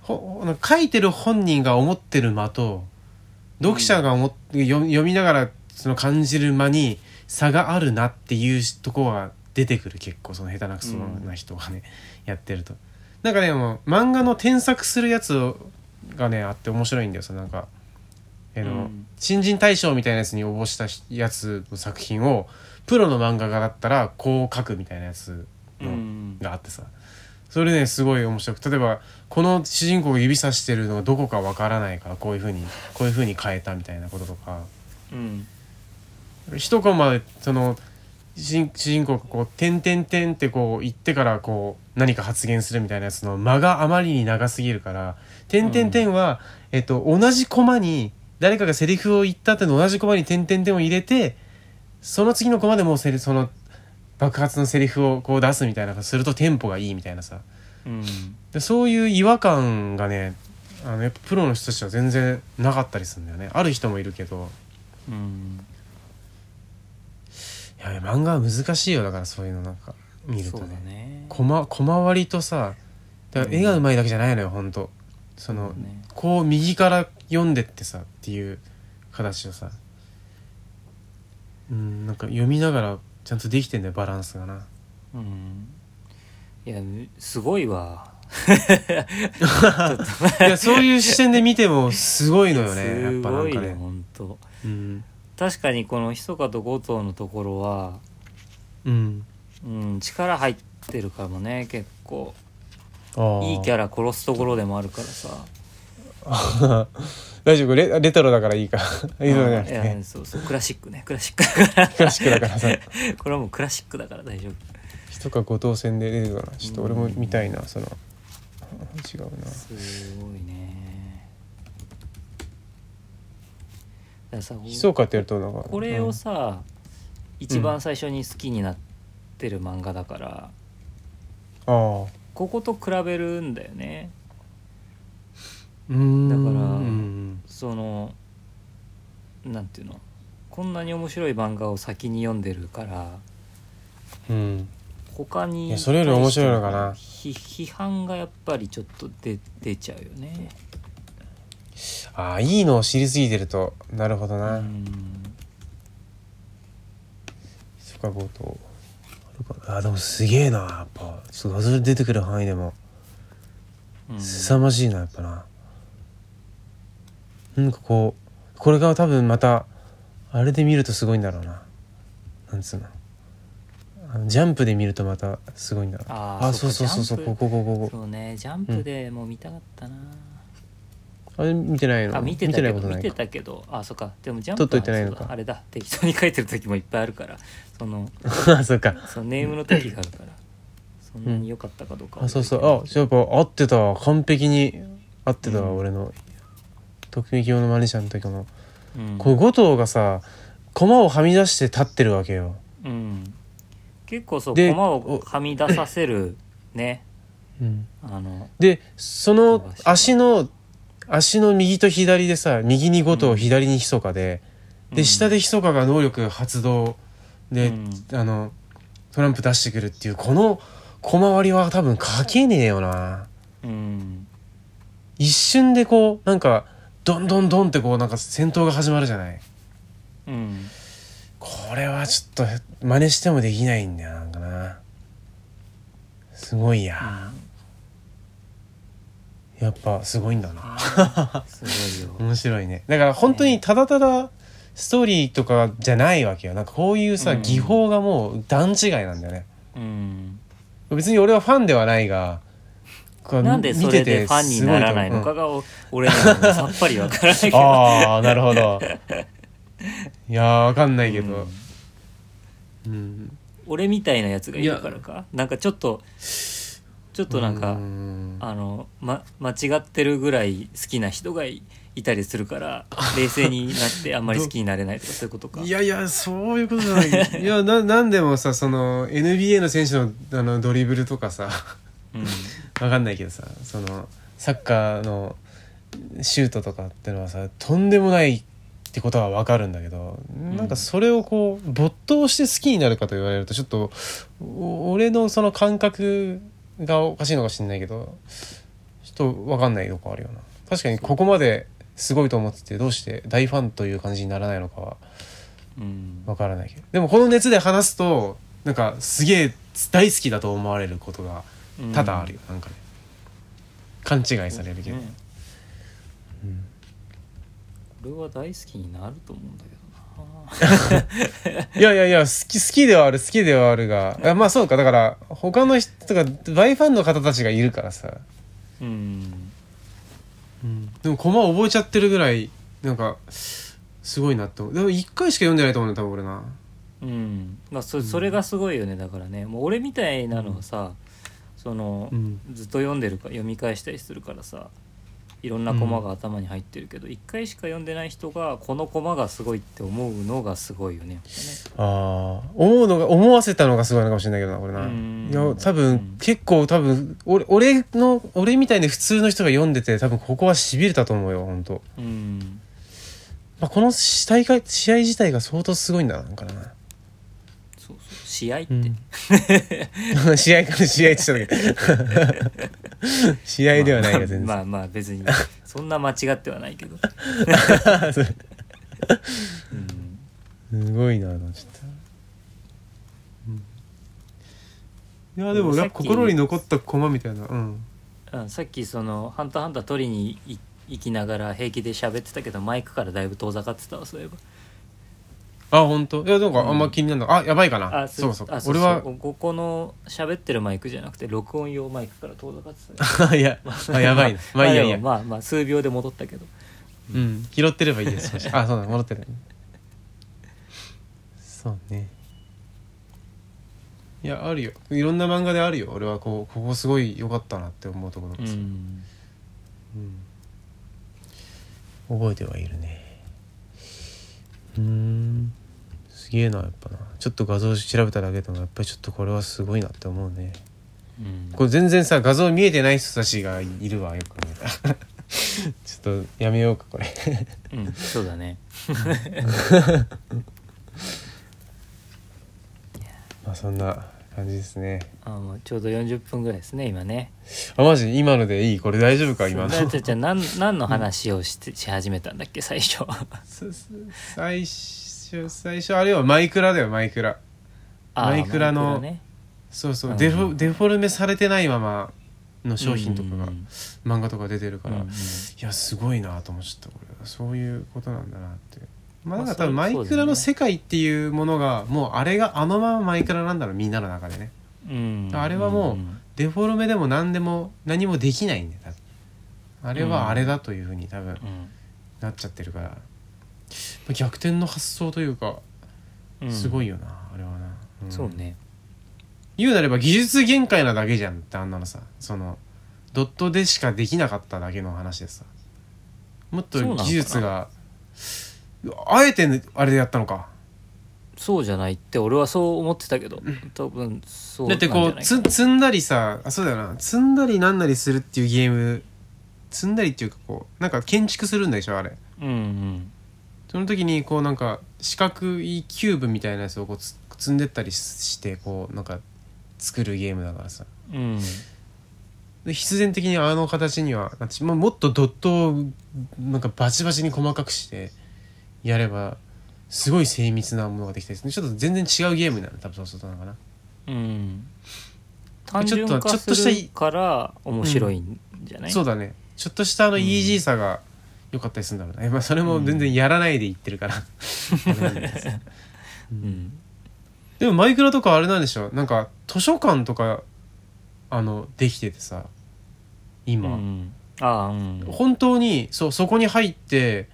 Speaker 1: ほなんか書いてる本人が思ってる間と読者が思っ読読みながらその感じる間に差があるなっていうとこは出てくる結構その下手なくそな人がね、やってると。なんかねもう漫画の添削するやつをがねあって面白いんだよそのなんか、えの
Speaker 2: うん
Speaker 1: 新人大賞みたいなやつに応募したしやつの作品をプロの漫画家だったらこう書くみたいなやつ
Speaker 2: うん、
Speaker 1: の、があってさそれねすごい面白く例えばこの主人公が指さしてるのがどこかわからないからこういうふうにこういうふうに変えたみたいなこととか
Speaker 2: うん
Speaker 1: 一コマでその主人主人公がこう「点点点」ってこう言ってからこう何か発言するみたいなやつの間があまりに長すぎるから「点点点は」えっと、同じコマに誰かがセリフを言ったっての同じコマに点点点を入れてその次のコマでもうセリその爆発のセリフをこう出すみたいなするとテンポがいいみたいなさ
Speaker 2: うん
Speaker 1: でそういう違和感がねあのやっぱプロの人たちは全然なかったりするんだよねある人もいるけど
Speaker 2: うん
Speaker 1: いや漫画は難しいよだからそういうのなんか見ると
Speaker 2: そうだ
Speaker 1: ね
Speaker 2: ね
Speaker 1: こま小回りとさだから絵がうまいだけじゃないのよ、ほんとその、
Speaker 2: そうだね
Speaker 1: こう右から読んでってさっていう形をさうんなんか読みながらちゃんとできてんだよバランスがな
Speaker 2: うんいやすごいわ
Speaker 1: いやそういう視点で見てもすごいのよねやっ
Speaker 2: す
Speaker 1: ぱな
Speaker 2: ご
Speaker 1: ん
Speaker 2: い
Speaker 1: か
Speaker 2: ね
Speaker 1: ね
Speaker 2: 本当
Speaker 1: うん、
Speaker 2: 確かにこの「ひそかと五島」のところは
Speaker 1: うん、
Speaker 2: うん、力入ってるかもね結構
Speaker 1: あ
Speaker 2: いいキ
Speaker 1: ャ
Speaker 2: ャラ殺すところでもあるからさ
Speaker 1: ラ 大丈夫レレトロだからいいから いいのじゃなくて
Speaker 2: うんい
Speaker 1: ね
Speaker 2: やそうそうクラシックねクラシック だ
Speaker 1: ク
Speaker 2: か
Speaker 1: ラシックだからさ
Speaker 2: らこれはもうクラシックだから大丈夫
Speaker 1: 人か五等戦で出てるかなちょっと俺も見たいなその違うな
Speaker 2: すごいねだからさ
Speaker 1: 悲壮かってやるとなんか
Speaker 2: これをさ、一
Speaker 1: う
Speaker 2: 番
Speaker 1: ん
Speaker 2: 最初に好きになってる漫画だから、
Speaker 1: うんああ
Speaker 2: ここと比べるんだよね
Speaker 1: うーん
Speaker 2: だから
Speaker 1: うん
Speaker 2: そのなんていうのこんなに面白い漫画を先に読んでるから
Speaker 1: うん
Speaker 2: 他に
Speaker 1: いやそれより面白いのかな
Speaker 2: ひ批判がやっぱりちょっと出出ちゃうよね
Speaker 1: ああいいのを知りすぎてるとなるほど
Speaker 2: う
Speaker 1: な、
Speaker 2: ん
Speaker 1: そっか強盗あるかなあでもすげえなやっぱちょっと謎で出てくる範囲でも
Speaker 2: うん
Speaker 1: 凄まじいなやっぱななんかこうこれが多分またあれで見るとすごいんだろうななんつうのあのジャンプで見るとまたすごいんだろう
Speaker 2: あー
Speaker 1: あそうそうそうそう
Speaker 2: ジャ
Speaker 1: こ
Speaker 2: ンプ
Speaker 1: ここここ
Speaker 2: そうねジャンプでもう見たかったな、
Speaker 1: あれ見てないの
Speaker 2: あ見てたけ
Speaker 1: ない
Speaker 2: ど
Speaker 1: こと
Speaker 2: 見
Speaker 1: な
Speaker 2: て
Speaker 1: いか
Speaker 2: たけどあそっかでもジャンプ
Speaker 1: 撮っといてないのか
Speaker 2: はそうだあれだ適当に書いてる時もいっぱいあるからその
Speaker 1: あそっか
Speaker 2: そのネームの時があるからそんなに良かったかどうかは
Speaker 1: あそうそ
Speaker 2: 覚えてないう
Speaker 1: あじゃあやっぱ合ってたわ完璧に合ってたわ、
Speaker 2: うん
Speaker 1: 俺の特撃用のマネージャーの時の
Speaker 2: うん
Speaker 1: これ五頭がさ駒をはみ出して立ってるわけよ、
Speaker 2: うん、結構そう
Speaker 1: で
Speaker 2: 駒をはみ出させるね
Speaker 1: うん、
Speaker 2: あの
Speaker 1: でその
Speaker 2: 飛ばして
Speaker 1: 足の足の右と左でさ右に五頭、
Speaker 2: うん
Speaker 1: 左にひそかで
Speaker 2: う
Speaker 1: で
Speaker 2: ん
Speaker 1: 下でひそかが能力発動で、
Speaker 2: うん
Speaker 1: あのトランプ出してくるっていうこの駒割りは多分書けねえよな
Speaker 2: うん
Speaker 1: 一瞬でこうなんかどんどんどんってこうなんか戦闘が始まるじゃない
Speaker 2: うん
Speaker 1: これはちょっと真似してもできないんだよなんかなすごいや、やっぱすごいんだな
Speaker 2: すごい よ
Speaker 1: 面白いねだから本当にただただストーリーとかじゃないわけよなんかこういうさ、
Speaker 2: うん
Speaker 1: 技法がもう段違いなんだよね
Speaker 2: うん
Speaker 1: 別に俺はファンではないがこう
Speaker 2: なんでそれでファンにならないのかがお俺にはもうさっぱりわからないけど
Speaker 1: ああなるほどいやーわかんないけど、うん、
Speaker 2: 俺みたいなやつがいるからかなんかちょっとちょっとなんか、
Speaker 1: うん
Speaker 2: あの、ま、間違ってるぐらい好きな人がいいたりするから冷静になってあんまり好きにな れないとかそういうことか
Speaker 1: いやいやそういうことじゃないいやななんでもさその NBA の選手のあのドリブルとかさ
Speaker 2: うん
Speaker 1: わかんないけどさそのサッカーのシュートとかってのはさとんでもないってことはわかるんだけど、
Speaker 2: ん
Speaker 1: なんかそれをこう没頭して好きになるかと言われるとちょっとお俺のその感覚がおかしいのかもしれないけどちょっとわかんないとこあるよな確かにここまですごいと思っててどうして大ファンという感じにならないのかは
Speaker 2: うん
Speaker 1: わからないけどでもこの熱で話すとなんかすげえ大好きだと思われることが多々あるよ、なんかね勘違いされるけど、
Speaker 2: ね俺は大好きになると思うんだ けどない
Speaker 1: やいやいや好き好きではある好きではあるがあまあそうかだから他の人とか大ファンの方たちがいるからさ、
Speaker 2: うん
Speaker 1: でも駒覚えちゃってるぐらいなんかすごいなって思うでも1回しか読んでないと思うんだよ多分俺な
Speaker 2: うんまあそそれがすごいよねだからねもう俺みたいなのをさその、
Speaker 1: うん
Speaker 2: ずっと読んでるか読み返したりするからさいろんなコマが頭に入ってるけど、一回しか読んでない人がこのコマがすごいって思うのがすごいよねやっ
Speaker 1: あー思うのが思わせたのがすごいのかもしれないけどなこれな
Speaker 2: うん
Speaker 1: いや多
Speaker 2: うん
Speaker 1: 分結構多分俺俺の俺みたいに普通の人が読んでて多分ここはしびれたと思うよ本当
Speaker 2: ぱねうん
Speaker 1: まあこの試合が試合自体が相当すごいんだなんかな
Speaker 2: そうそう試合って、
Speaker 1: うん試合から試合って言ったんだけど 試合ではないが全然、
Speaker 2: まあまあまあ別にそんな間違って はないけど、うん、
Speaker 1: すごいなと思っちゃった、うんいやでもなんか心に残った駒みたいなうん
Speaker 2: うんさっきその「ハンターハンター」取りにい行きながら平気で喋ってたけどマイクからだいぶ遠ざかってたわそういえば
Speaker 1: あ本当いやなんかあんま気になるの、あやばいかな
Speaker 2: そ
Speaker 1: そううそう
Speaker 2: あそう
Speaker 1: 俺は
Speaker 2: そうここの喋ってるマイクじゃなくて録音用マイクから遠ざかって た
Speaker 1: い やあやばいなまあいいやいいや、
Speaker 2: まあでもまあまあ数秒で戻ったけど
Speaker 1: うん拾ってればいいです少し あそうだ戻ってるそうねいやあるよいろんな漫画であるよ俺はこうここすごい良かったなって思うところがさ
Speaker 2: うん
Speaker 1: うん、覚えてはいるねうーんすげえなやっぱなちょっと画像調べただけでもやっぱりちょっとこれはすごいなって思うね
Speaker 2: うん
Speaker 1: これ全然さ画像見えてない人たちがいるわよく見えた ちょっとやめようかこれ
Speaker 2: うんそうだね
Speaker 1: まあそんな感じですね
Speaker 2: あもうちょうど40分ぐらいですね今ね
Speaker 1: あマジ今のでいいこれ大丈夫か今の
Speaker 2: そうだってじゃあ何何の話をしてし始めたんだっけ最初
Speaker 1: すす最初最初あれはマイクラだよマイクラ
Speaker 2: あー
Speaker 1: マイクラの
Speaker 2: マイね
Speaker 1: そうそう、
Speaker 2: うん
Speaker 1: デフォデフォルメされてないままの商品とかが、
Speaker 2: うんうん
Speaker 1: 漫画とか出てるから、
Speaker 2: うんうん
Speaker 1: いやすごいなと思っちゃったこれそういうことなんだなってまあ
Speaker 2: ま
Speaker 1: だ
Speaker 2: あ
Speaker 1: から多分
Speaker 2: そう
Speaker 1: マイ
Speaker 2: そう
Speaker 1: ク
Speaker 2: だ
Speaker 1: ラ
Speaker 2: よね
Speaker 1: の世界っていうものがもうあれがあのままマイクラなんだろうみんなの中でね
Speaker 2: うん
Speaker 1: あれはもうデフォルメでも何でも何もできないんだよ多分あれはあれだというふうに多分なっちゃってるから、まあ逆転の発想というか
Speaker 2: うん
Speaker 1: すごいよな、あれはな、ん
Speaker 2: そうね
Speaker 1: 言うなれば技術限界なだけじゃんってあんなのさそのドットでしかできなかっただけの話でさもっと
Speaker 2: そうなのかな
Speaker 1: 技術があえてねあれでやったのか
Speaker 2: そうじゃないって俺はそう思ってたけど多分そう
Speaker 1: だ
Speaker 2: な
Speaker 1: っ
Speaker 2: んじ
Speaker 1: て
Speaker 2: ゃない
Speaker 1: こうつ積んだりさあそうだよな積んだりなんなりするっていうゲーム積んだりっていうかこうなんか建築するんでしょあれ
Speaker 2: うんうん
Speaker 1: その時にこうなんか四角いキューブみたいなやつをこうつ積んでったりししてこうなんか作るゲームだからさ
Speaker 2: うん
Speaker 1: で必然的にあの形にはなってしまうもっとドットをなんかバチバチに細かくしてやればすごい精密なものができたりするちょっと全然違うゲームになる多分そうするとなんかな
Speaker 2: うん単純化するから面白いんじゃない
Speaker 1: そうだねちょっとしたあの
Speaker 2: うん
Speaker 1: イージーさが良かったりするんだろうな、えまあ、それも全然やらないでいってる から、あれなんですけど
Speaker 2: うん
Speaker 1: でもマイクラとかあれなんでしょなんか図書館とかあのできててさ
Speaker 2: う
Speaker 1: 今、
Speaker 2: んああうん
Speaker 1: 本当にそうそこに入って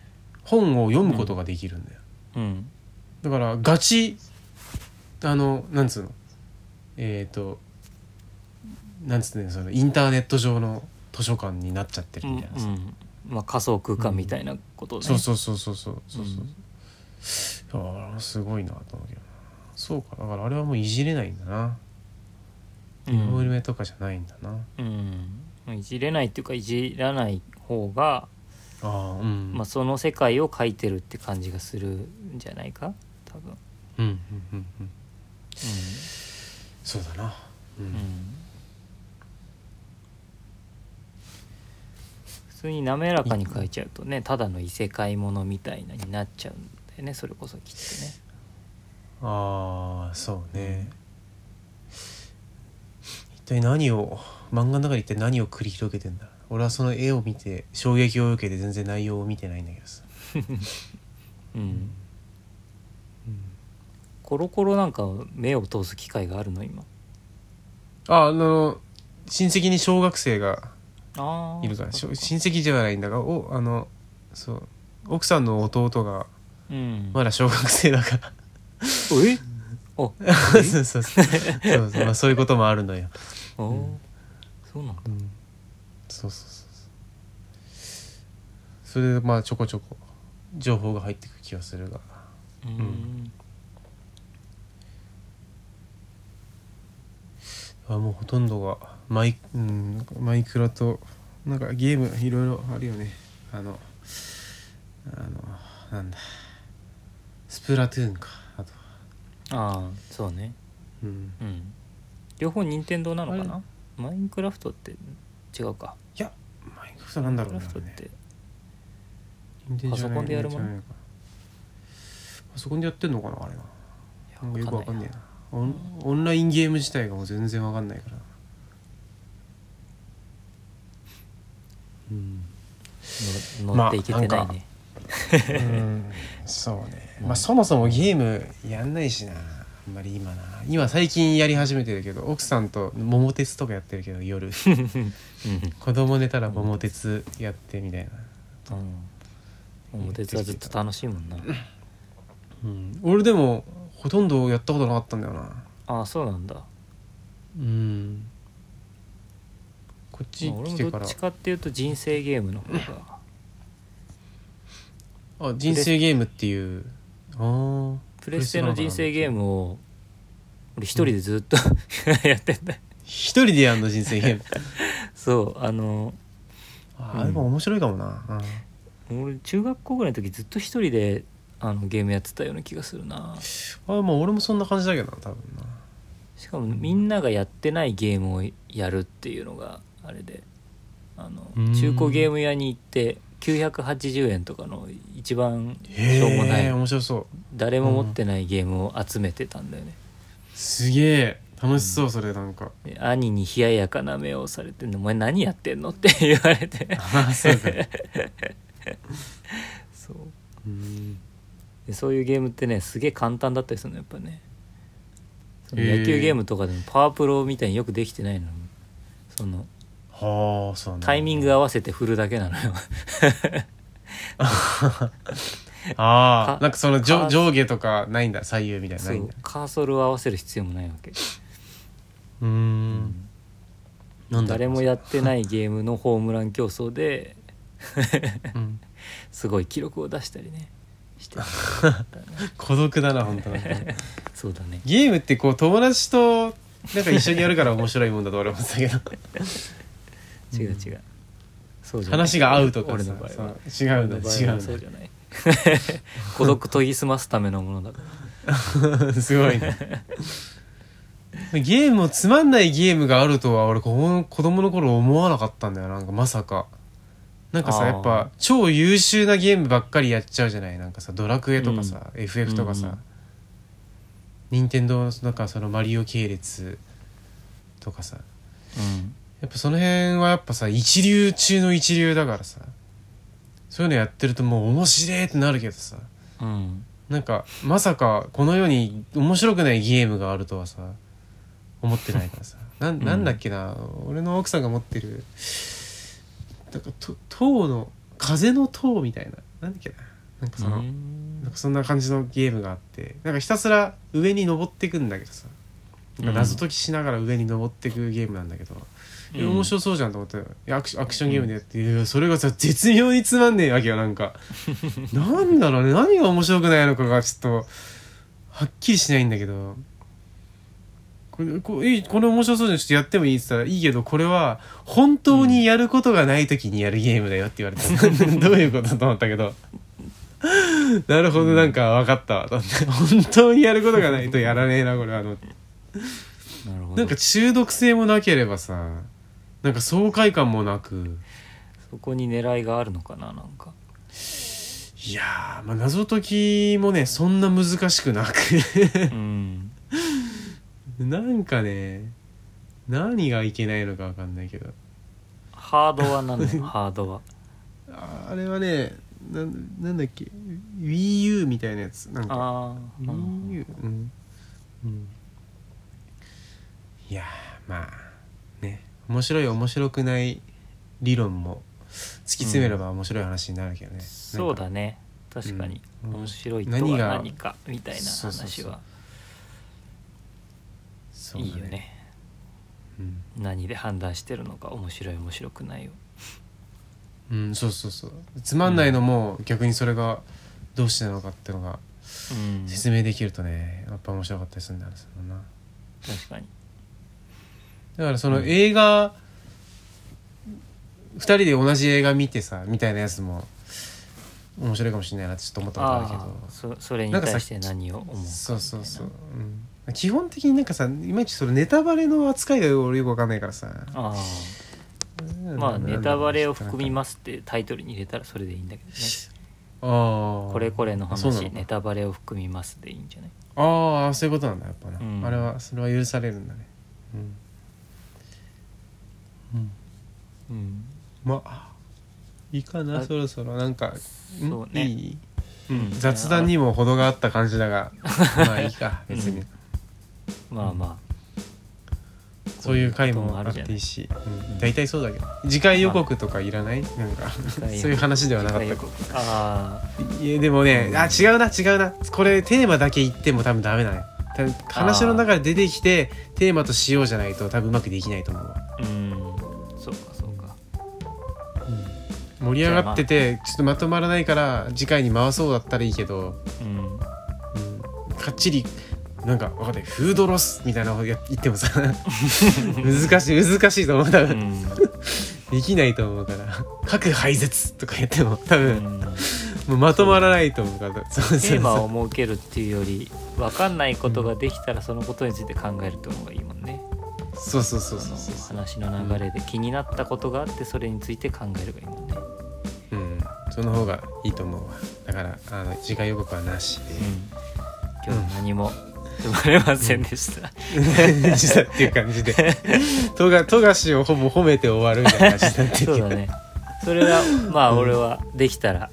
Speaker 1: 本を読むことができるんだよ、
Speaker 2: うん
Speaker 1: だからガチあのなんつうのえっ、ー、となんつうのそのインターネット上の図書館になっちゃってるみたいなさ、
Speaker 2: うんまあ仮想空間みたいなことね
Speaker 1: そうそうそうそうそうそう
Speaker 2: うん
Speaker 1: そう、いやあれはすごいなと思うけどなそうかだからあれはもういじれないんだな
Speaker 2: う
Speaker 1: デフォル
Speaker 2: ん
Speaker 1: メとかじゃないんだな、
Speaker 2: うんいじれないっていうかいじらない方が
Speaker 1: ああうん、
Speaker 2: まあその世界を描いてるって感じがするんじゃないか多分
Speaker 1: うんうんうんうんそうだなうん、
Speaker 2: うんうん普通に滑らかに描いちゃうとねただの異世界ものみたいなになっちゃうんだよねそれこそきっとね
Speaker 1: ああそうね、一体何を漫画の中で一体何を繰り広げてんだ俺はその絵を見て衝撃を受けて全然内容を見てないんだけどさ、
Speaker 2: うんコロコロなんか目を通す機会があるの今
Speaker 1: ああの親戚に小学生が
Speaker 2: ああ
Speaker 1: いるからし
Speaker 2: そ
Speaker 1: ょ
Speaker 2: っかそ
Speaker 1: 親
Speaker 2: っ
Speaker 1: 戚じゃないんだがおあのそう奥さんの弟が
Speaker 2: かうん
Speaker 1: まだ小学生だから
Speaker 2: えあ
Speaker 1: そうそうそうそうそう、まあ、そういうこともあるのよ、
Speaker 2: あー
Speaker 1: ん
Speaker 2: そうなんだ
Speaker 1: うん、そうそうそうそうそれでまあちょこちょこ情報が入ってく気がするが
Speaker 2: うーん
Speaker 1: んあもうほとんどがマイ,、うん、マイクラとなんかゲームいろいろあるよねあのあのなんだスプラトゥーンかあと
Speaker 2: ああそうね
Speaker 1: うん
Speaker 2: うん両方任天堂なのか
Speaker 1: あ
Speaker 2: なマインクラフトって違うか
Speaker 1: マイクラフトなんだ
Speaker 2: マイン
Speaker 1: ろう
Speaker 2: ク
Speaker 1: ね
Speaker 2: ラフトって
Speaker 1: パ
Speaker 2: パソコンでやるもの
Speaker 1: パソコンでやってんのかなあれない
Speaker 2: や
Speaker 1: なんかよくわ
Speaker 2: わ
Speaker 1: か
Speaker 2: か
Speaker 1: ん
Speaker 2: んな
Speaker 1: ね
Speaker 2: い
Speaker 1: えなオンオンラインゲーム自体がもう全然わかんないからうん
Speaker 2: の乗っていけてない
Speaker 1: まあなん
Speaker 2: ね
Speaker 1: うんそうね、まあそもそもゲームやんないしなあんまり今な今最近やり始めてるけど奥さんと桃鉄とかやってるけど 夜
Speaker 2: うん
Speaker 1: 子供寝たら桃鉄やってみたいな、
Speaker 2: うん表鉄はずっと楽しいもんな
Speaker 1: うん、俺でもほとんどやったことなかったんだよな
Speaker 2: ああそうなんだまあ
Speaker 1: うんこっち
Speaker 2: 俺
Speaker 1: 来て
Speaker 2: も
Speaker 1: か
Speaker 2: どっ
Speaker 1: ら
Speaker 2: ちかっていうと人生ゲームの方が
Speaker 1: あ人生ゲームっていうああ
Speaker 2: プレステの人生ゲームを俺一人でずっと やってんだよ
Speaker 1: 一人でやんの人生ゲーム
Speaker 2: そうあの
Speaker 1: あーでも面白いかもな、うん
Speaker 2: 俺中学校ぐらいの時ずっと一人であのゲームやってたような気がするな
Speaker 1: あまあ俺もそんな感じだけどな多分な
Speaker 2: しかもみんながやってないゲームをやるっていうのがあれであの
Speaker 1: うん
Speaker 2: 中古ゲーム屋に行って980円とかの一番
Speaker 1: へ
Speaker 2: しょうもない
Speaker 1: え面白そう
Speaker 2: 誰も持ってないゲームを集めてたんだよね、
Speaker 1: すげえ楽しそうそれなんか、
Speaker 2: で兄に冷ややかな目をされて「お前何やってんの?」って言われて
Speaker 1: あそうか
Speaker 2: そう
Speaker 1: うん
Speaker 2: でそういうゲームってねすげえ簡単だったりするのやっぱねその
Speaker 1: へー
Speaker 2: 野球ゲームとかでもパワープロみたいによくできてないのにその
Speaker 1: はあそうなんだ
Speaker 2: タイミング合わせて振るだけな のよ
Speaker 1: あ
Speaker 2: か
Speaker 1: あなんかその上
Speaker 2: か
Speaker 1: 上下とかないんだ左右みたいなの
Speaker 2: そ
Speaker 1: ないん
Speaker 2: う
Speaker 1: だ
Speaker 2: カーソルを合わせる必要もないわけ
Speaker 1: うーんなんだろ
Speaker 2: 誰
Speaker 1: う
Speaker 2: もやってないゲームのホームラン競争で
Speaker 1: うん
Speaker 2: すごい記録を出したりね してた
Speaker 1: 孤独だな本当なんか
Speaker 2: そうだね
Speaker 1: ゲームってこう友達となんか一緒にやるから面白いもんだと俺思ってたけど
Speaker 2: 違う違う、そうじゃない
Speaker 1: 話が合うとか
Speaker 2: 俺
Speaker 1: さ
Speaker 2: の場合は
Speaker 1: そう違うんだ
Speaker 2: 俺の場合
Speaker 1: 違
Speaker 2: は
Speaker 1: うん
Speaker 2: そうじゃない 孤独研ぎ澄ますためのものだから
Speaker 1: だすごいねゲームもつまんないゲームがあるとは俺子供子供の頃思わなかったんだよなんかまさかなんかさ
Speaker 2: あー
Speaker 1: やっぱ超優秀なゲームばっかりやっちゃうじゃないなんかさドラクエとかさ、FF とか
Speaker 2: うんう
Speaker 1: さ
Speaker 2: ん
Speaker 1: 任天堂のなんかそのマリオ系列とかさ
Speaker 2: うん
Speaker 1: やっぱその辺はやっぱさ一流中の一流だからさそういうのやってるともう面白いってなるけどさ
Speaker 2: うん
Speaker 1: なんかまさかこの世に面白くないゲームがあるとはさ思ってない からさなん
Speaker 2: うん
Speaker 1: なんだっけな、俺の奥さんが持ってるなんかと塔の風の塔みたいななんだっけななんかその、なんかそんな感じのゲームがあってなんかひたすら上に登ってくんだけどさなんか謎解きしながら上に登ってくゲームなんだけど、いや面白そうじゃんと思っていやアクシアクションゲームでやって、いやそれがさ絶妙につまんねえわけよなん かなんだろうね何が面白くないのかがちょっとはっきりしないんだけどこれこいいこれ面白そうじゃんちょっとやってもいいって言ったらいいけどこれは本当にやることがない時にやるゲームだよって言われ て、どういうことだと思ったけどなるほどなんか分かったわと思って本当にやることがないとやらねえなこれはあの
Speaker 2: なるほ
Speaker 1: な
Speaker 2: ど
Speaker 1: んか中毒性もなければさなんか爽快感もなく
Speaker 2: そこに狙いがあるのかななん か
Speaker 1: いやー、まあ、謎解きもねそんな難しくなく
Speaker 2: うん
Speaker 1: なんかね何がいけないのかわかんないけど
Speaker 2: ハードは何だよハードは
Speaker 1: ああれはねなんなんだっけ WiiU みたいなやつなんか
Speaker 2: ああ
Speaker 1: WiiU うん、うん、いやーまあね面白い面白くない理論も突き詰めれば面白い話になるけどね、なんか
Speaker 2: そうだね確かに、
Speaker 1: うん
Speaker 2: 面白いと
Speaker 1: 何
Speaker 2: は
Speaker 1: が
Speaker 2: 何かみたいな
Speaker 1: そうそう
Speaker 2: 話
Speaker 1: そう
Speaker 2: は
Speaker 1: そう
Speaker 2: い
Speaker 1: だ
Speaker 2: いよね
Speaker 1: うん
Speaker 2: 何で判断してるのか面白い面白くないを
Speaker 1: うん、そうそうそうつまんないのも逆にそれがどうしてなのかっていうのが
Speaker 2: うん
Speaker 1: 説明できるとねやっぱ面白かったりするんだよなそのな
Speaker 2: 確かに
Speaker 1: だからその
Speaker 2: うん
Speaker 1: 映画、二2人で同じ映画見てさみたいなやつも面白いかもしれないなってちょっと思ったことあるけ
Speaker 2: ああ
Speaker 1: ど
Speaker 2: そそれに
Speaker 1: なんかさ
Speaker 2: 対して何を思うかみたいな
Speaker 1: そうそうそう、うん、基本的になんかさいまいちそのネタバレの扱いが俺よくわかんないからさ
Speaker 2: ああまあネタバレを含みますってタイトルに入れたらそれでいいんだけどね
Speaker 1: あー
Speaker 2: これこれの
Speaker 1: そうなの
Speaker 2: 話
Speaker 1: か
Speaker 2: ネタバレを含みますでいいんじゃない
Speaker 1: ああそういうことなんだやっぱな、
Speaker 2: うん
Speaker 1: あれはそれは許されるんだねうん、うん、
Speaker 2: うん
Speaker 1: まあいいかな
Speaker 2: あ
Speaker 1: そろそろなんかん
Speaker 2: そうね
Speaker 1: いい、
Speaker 2: うん
Speaker 1: うん雑談にも程があった感じだがまあいい か別に、
Speaker 2: まあま
Speaker 1: そういう回もあ
Speaker 2: こ
Speaker 1: っ
Speaker 2: ういうこともあるじゃない
Speaker 1: ていいし、うん、大体そうだけど次回予告とかいらないなんかそう
Speaker 2: 回予告
Speaker 1: いう話ではなか
Speaker 2: あ
Speaker 1: った
Speaker 2: ああ
Speaker 1: いやでもねあ違うな違うなこれテーマだけ言っても多分ダメだね多分話の中で出てきてテーマとしようじゃないと多分うまくできないと思うわ
Speaker 2: うんそうかそうか
Speaker 1: 盛り上がっててちょっとまとまらないから次回に回そうだったらいいけど、
Speaker 2: うん
Speaker 1: うん、かっちりなんか分かんないフードロスみたいなことや言っても さ難しい難しいと思う多
Speaker 2: う
Speaker 1: 分、
Speaker 2: ん
Speaker 1: できないと思うから「核廃絶」とか言っても多分、
Speaker 2: うん
Speaker 1: もうまとまらないと思うからそうそう
Speaker 2: テーマ
Speaker 1: そう
Speaker 2: を設けるっていうより分かんないことができたらそのことについて考えるっていうのがいいもんね
Speaker 1: そうそうそう
Speaker 2: そ
Speaker 1: そう
Speaker 2: の
Speaker 1: そうそう
Speaker 2: 話の流れで気になったことがあってそれについて考えればいいもんね、
Speaker 1: うんその方がいいと思うわだからあの次回予告はな しで
Speaker 2: うん、今日は何も生まれませんでした、
Speaker 1: したっていう感じ で富樫富樫をほぼ褒めて終わるみたいな感じになってきて
Speaker 2: そうだねそれはまあ俺はできたら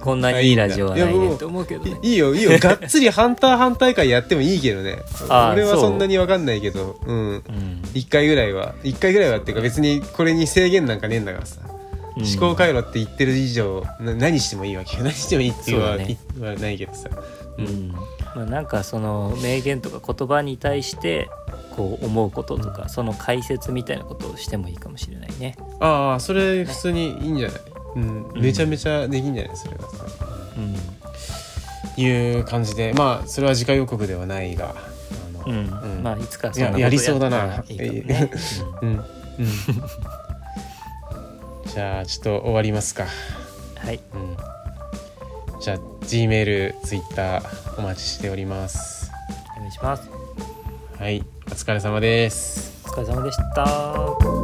Speaker 2: こんなにいいラジオはないねって思うけど
Speaker 1: うん
Speaker 2: ね
Speaker 1: いいいよいい よがっつりハンターハンター会やってもいいけどね
Speaker 2: あー
Speaker 1: 俺は
Speaker 2: そう
Speaker 1: そんなに分かんないけどうん
Speaker 2: うん
Speaker 1: 1回ぐらいは1回ぐらいはっていうか別にこれに制限なんかねえんだからさ、
Speaker 2: うん
Speaker 1: 思考回路って言ってる以上な何してもいいわけよ何 してもいいっていうのは,、
Speaker 2: そうだね
Speaker 1: はないけどさ
Speaker 2: う、んまあ、なんかその名言とか言葉に対してこう思うこととかその解説みたいなことをしてもいいかもしれないね、
Speaker 1: ああそれ普通にいいんじゃない、うん、
Speaker 2: うん
Speaker 1: めちゃめちゃできんじゃないそれはさ、
Speaker 2: うん
Speaker 1: いう感じでまあそれは次回予告ではないがあの
Speaker 2: うん
Speaker 1: うん
Speaker 2: まあいつかそんなこと
Speaker 1: いややりそうだな
Speaker 2: やったらいいかもね
Speaker 1: うんう んじゃあちょっと終わりますか、
Speaker 2: うんはい
Speaker 1: うん、じゃあ G メール Twitter お待ちしております
Speaker 2: お願いします
Speaker 1: はいお疲れ様です
Speaker 2: お疲れ様でした。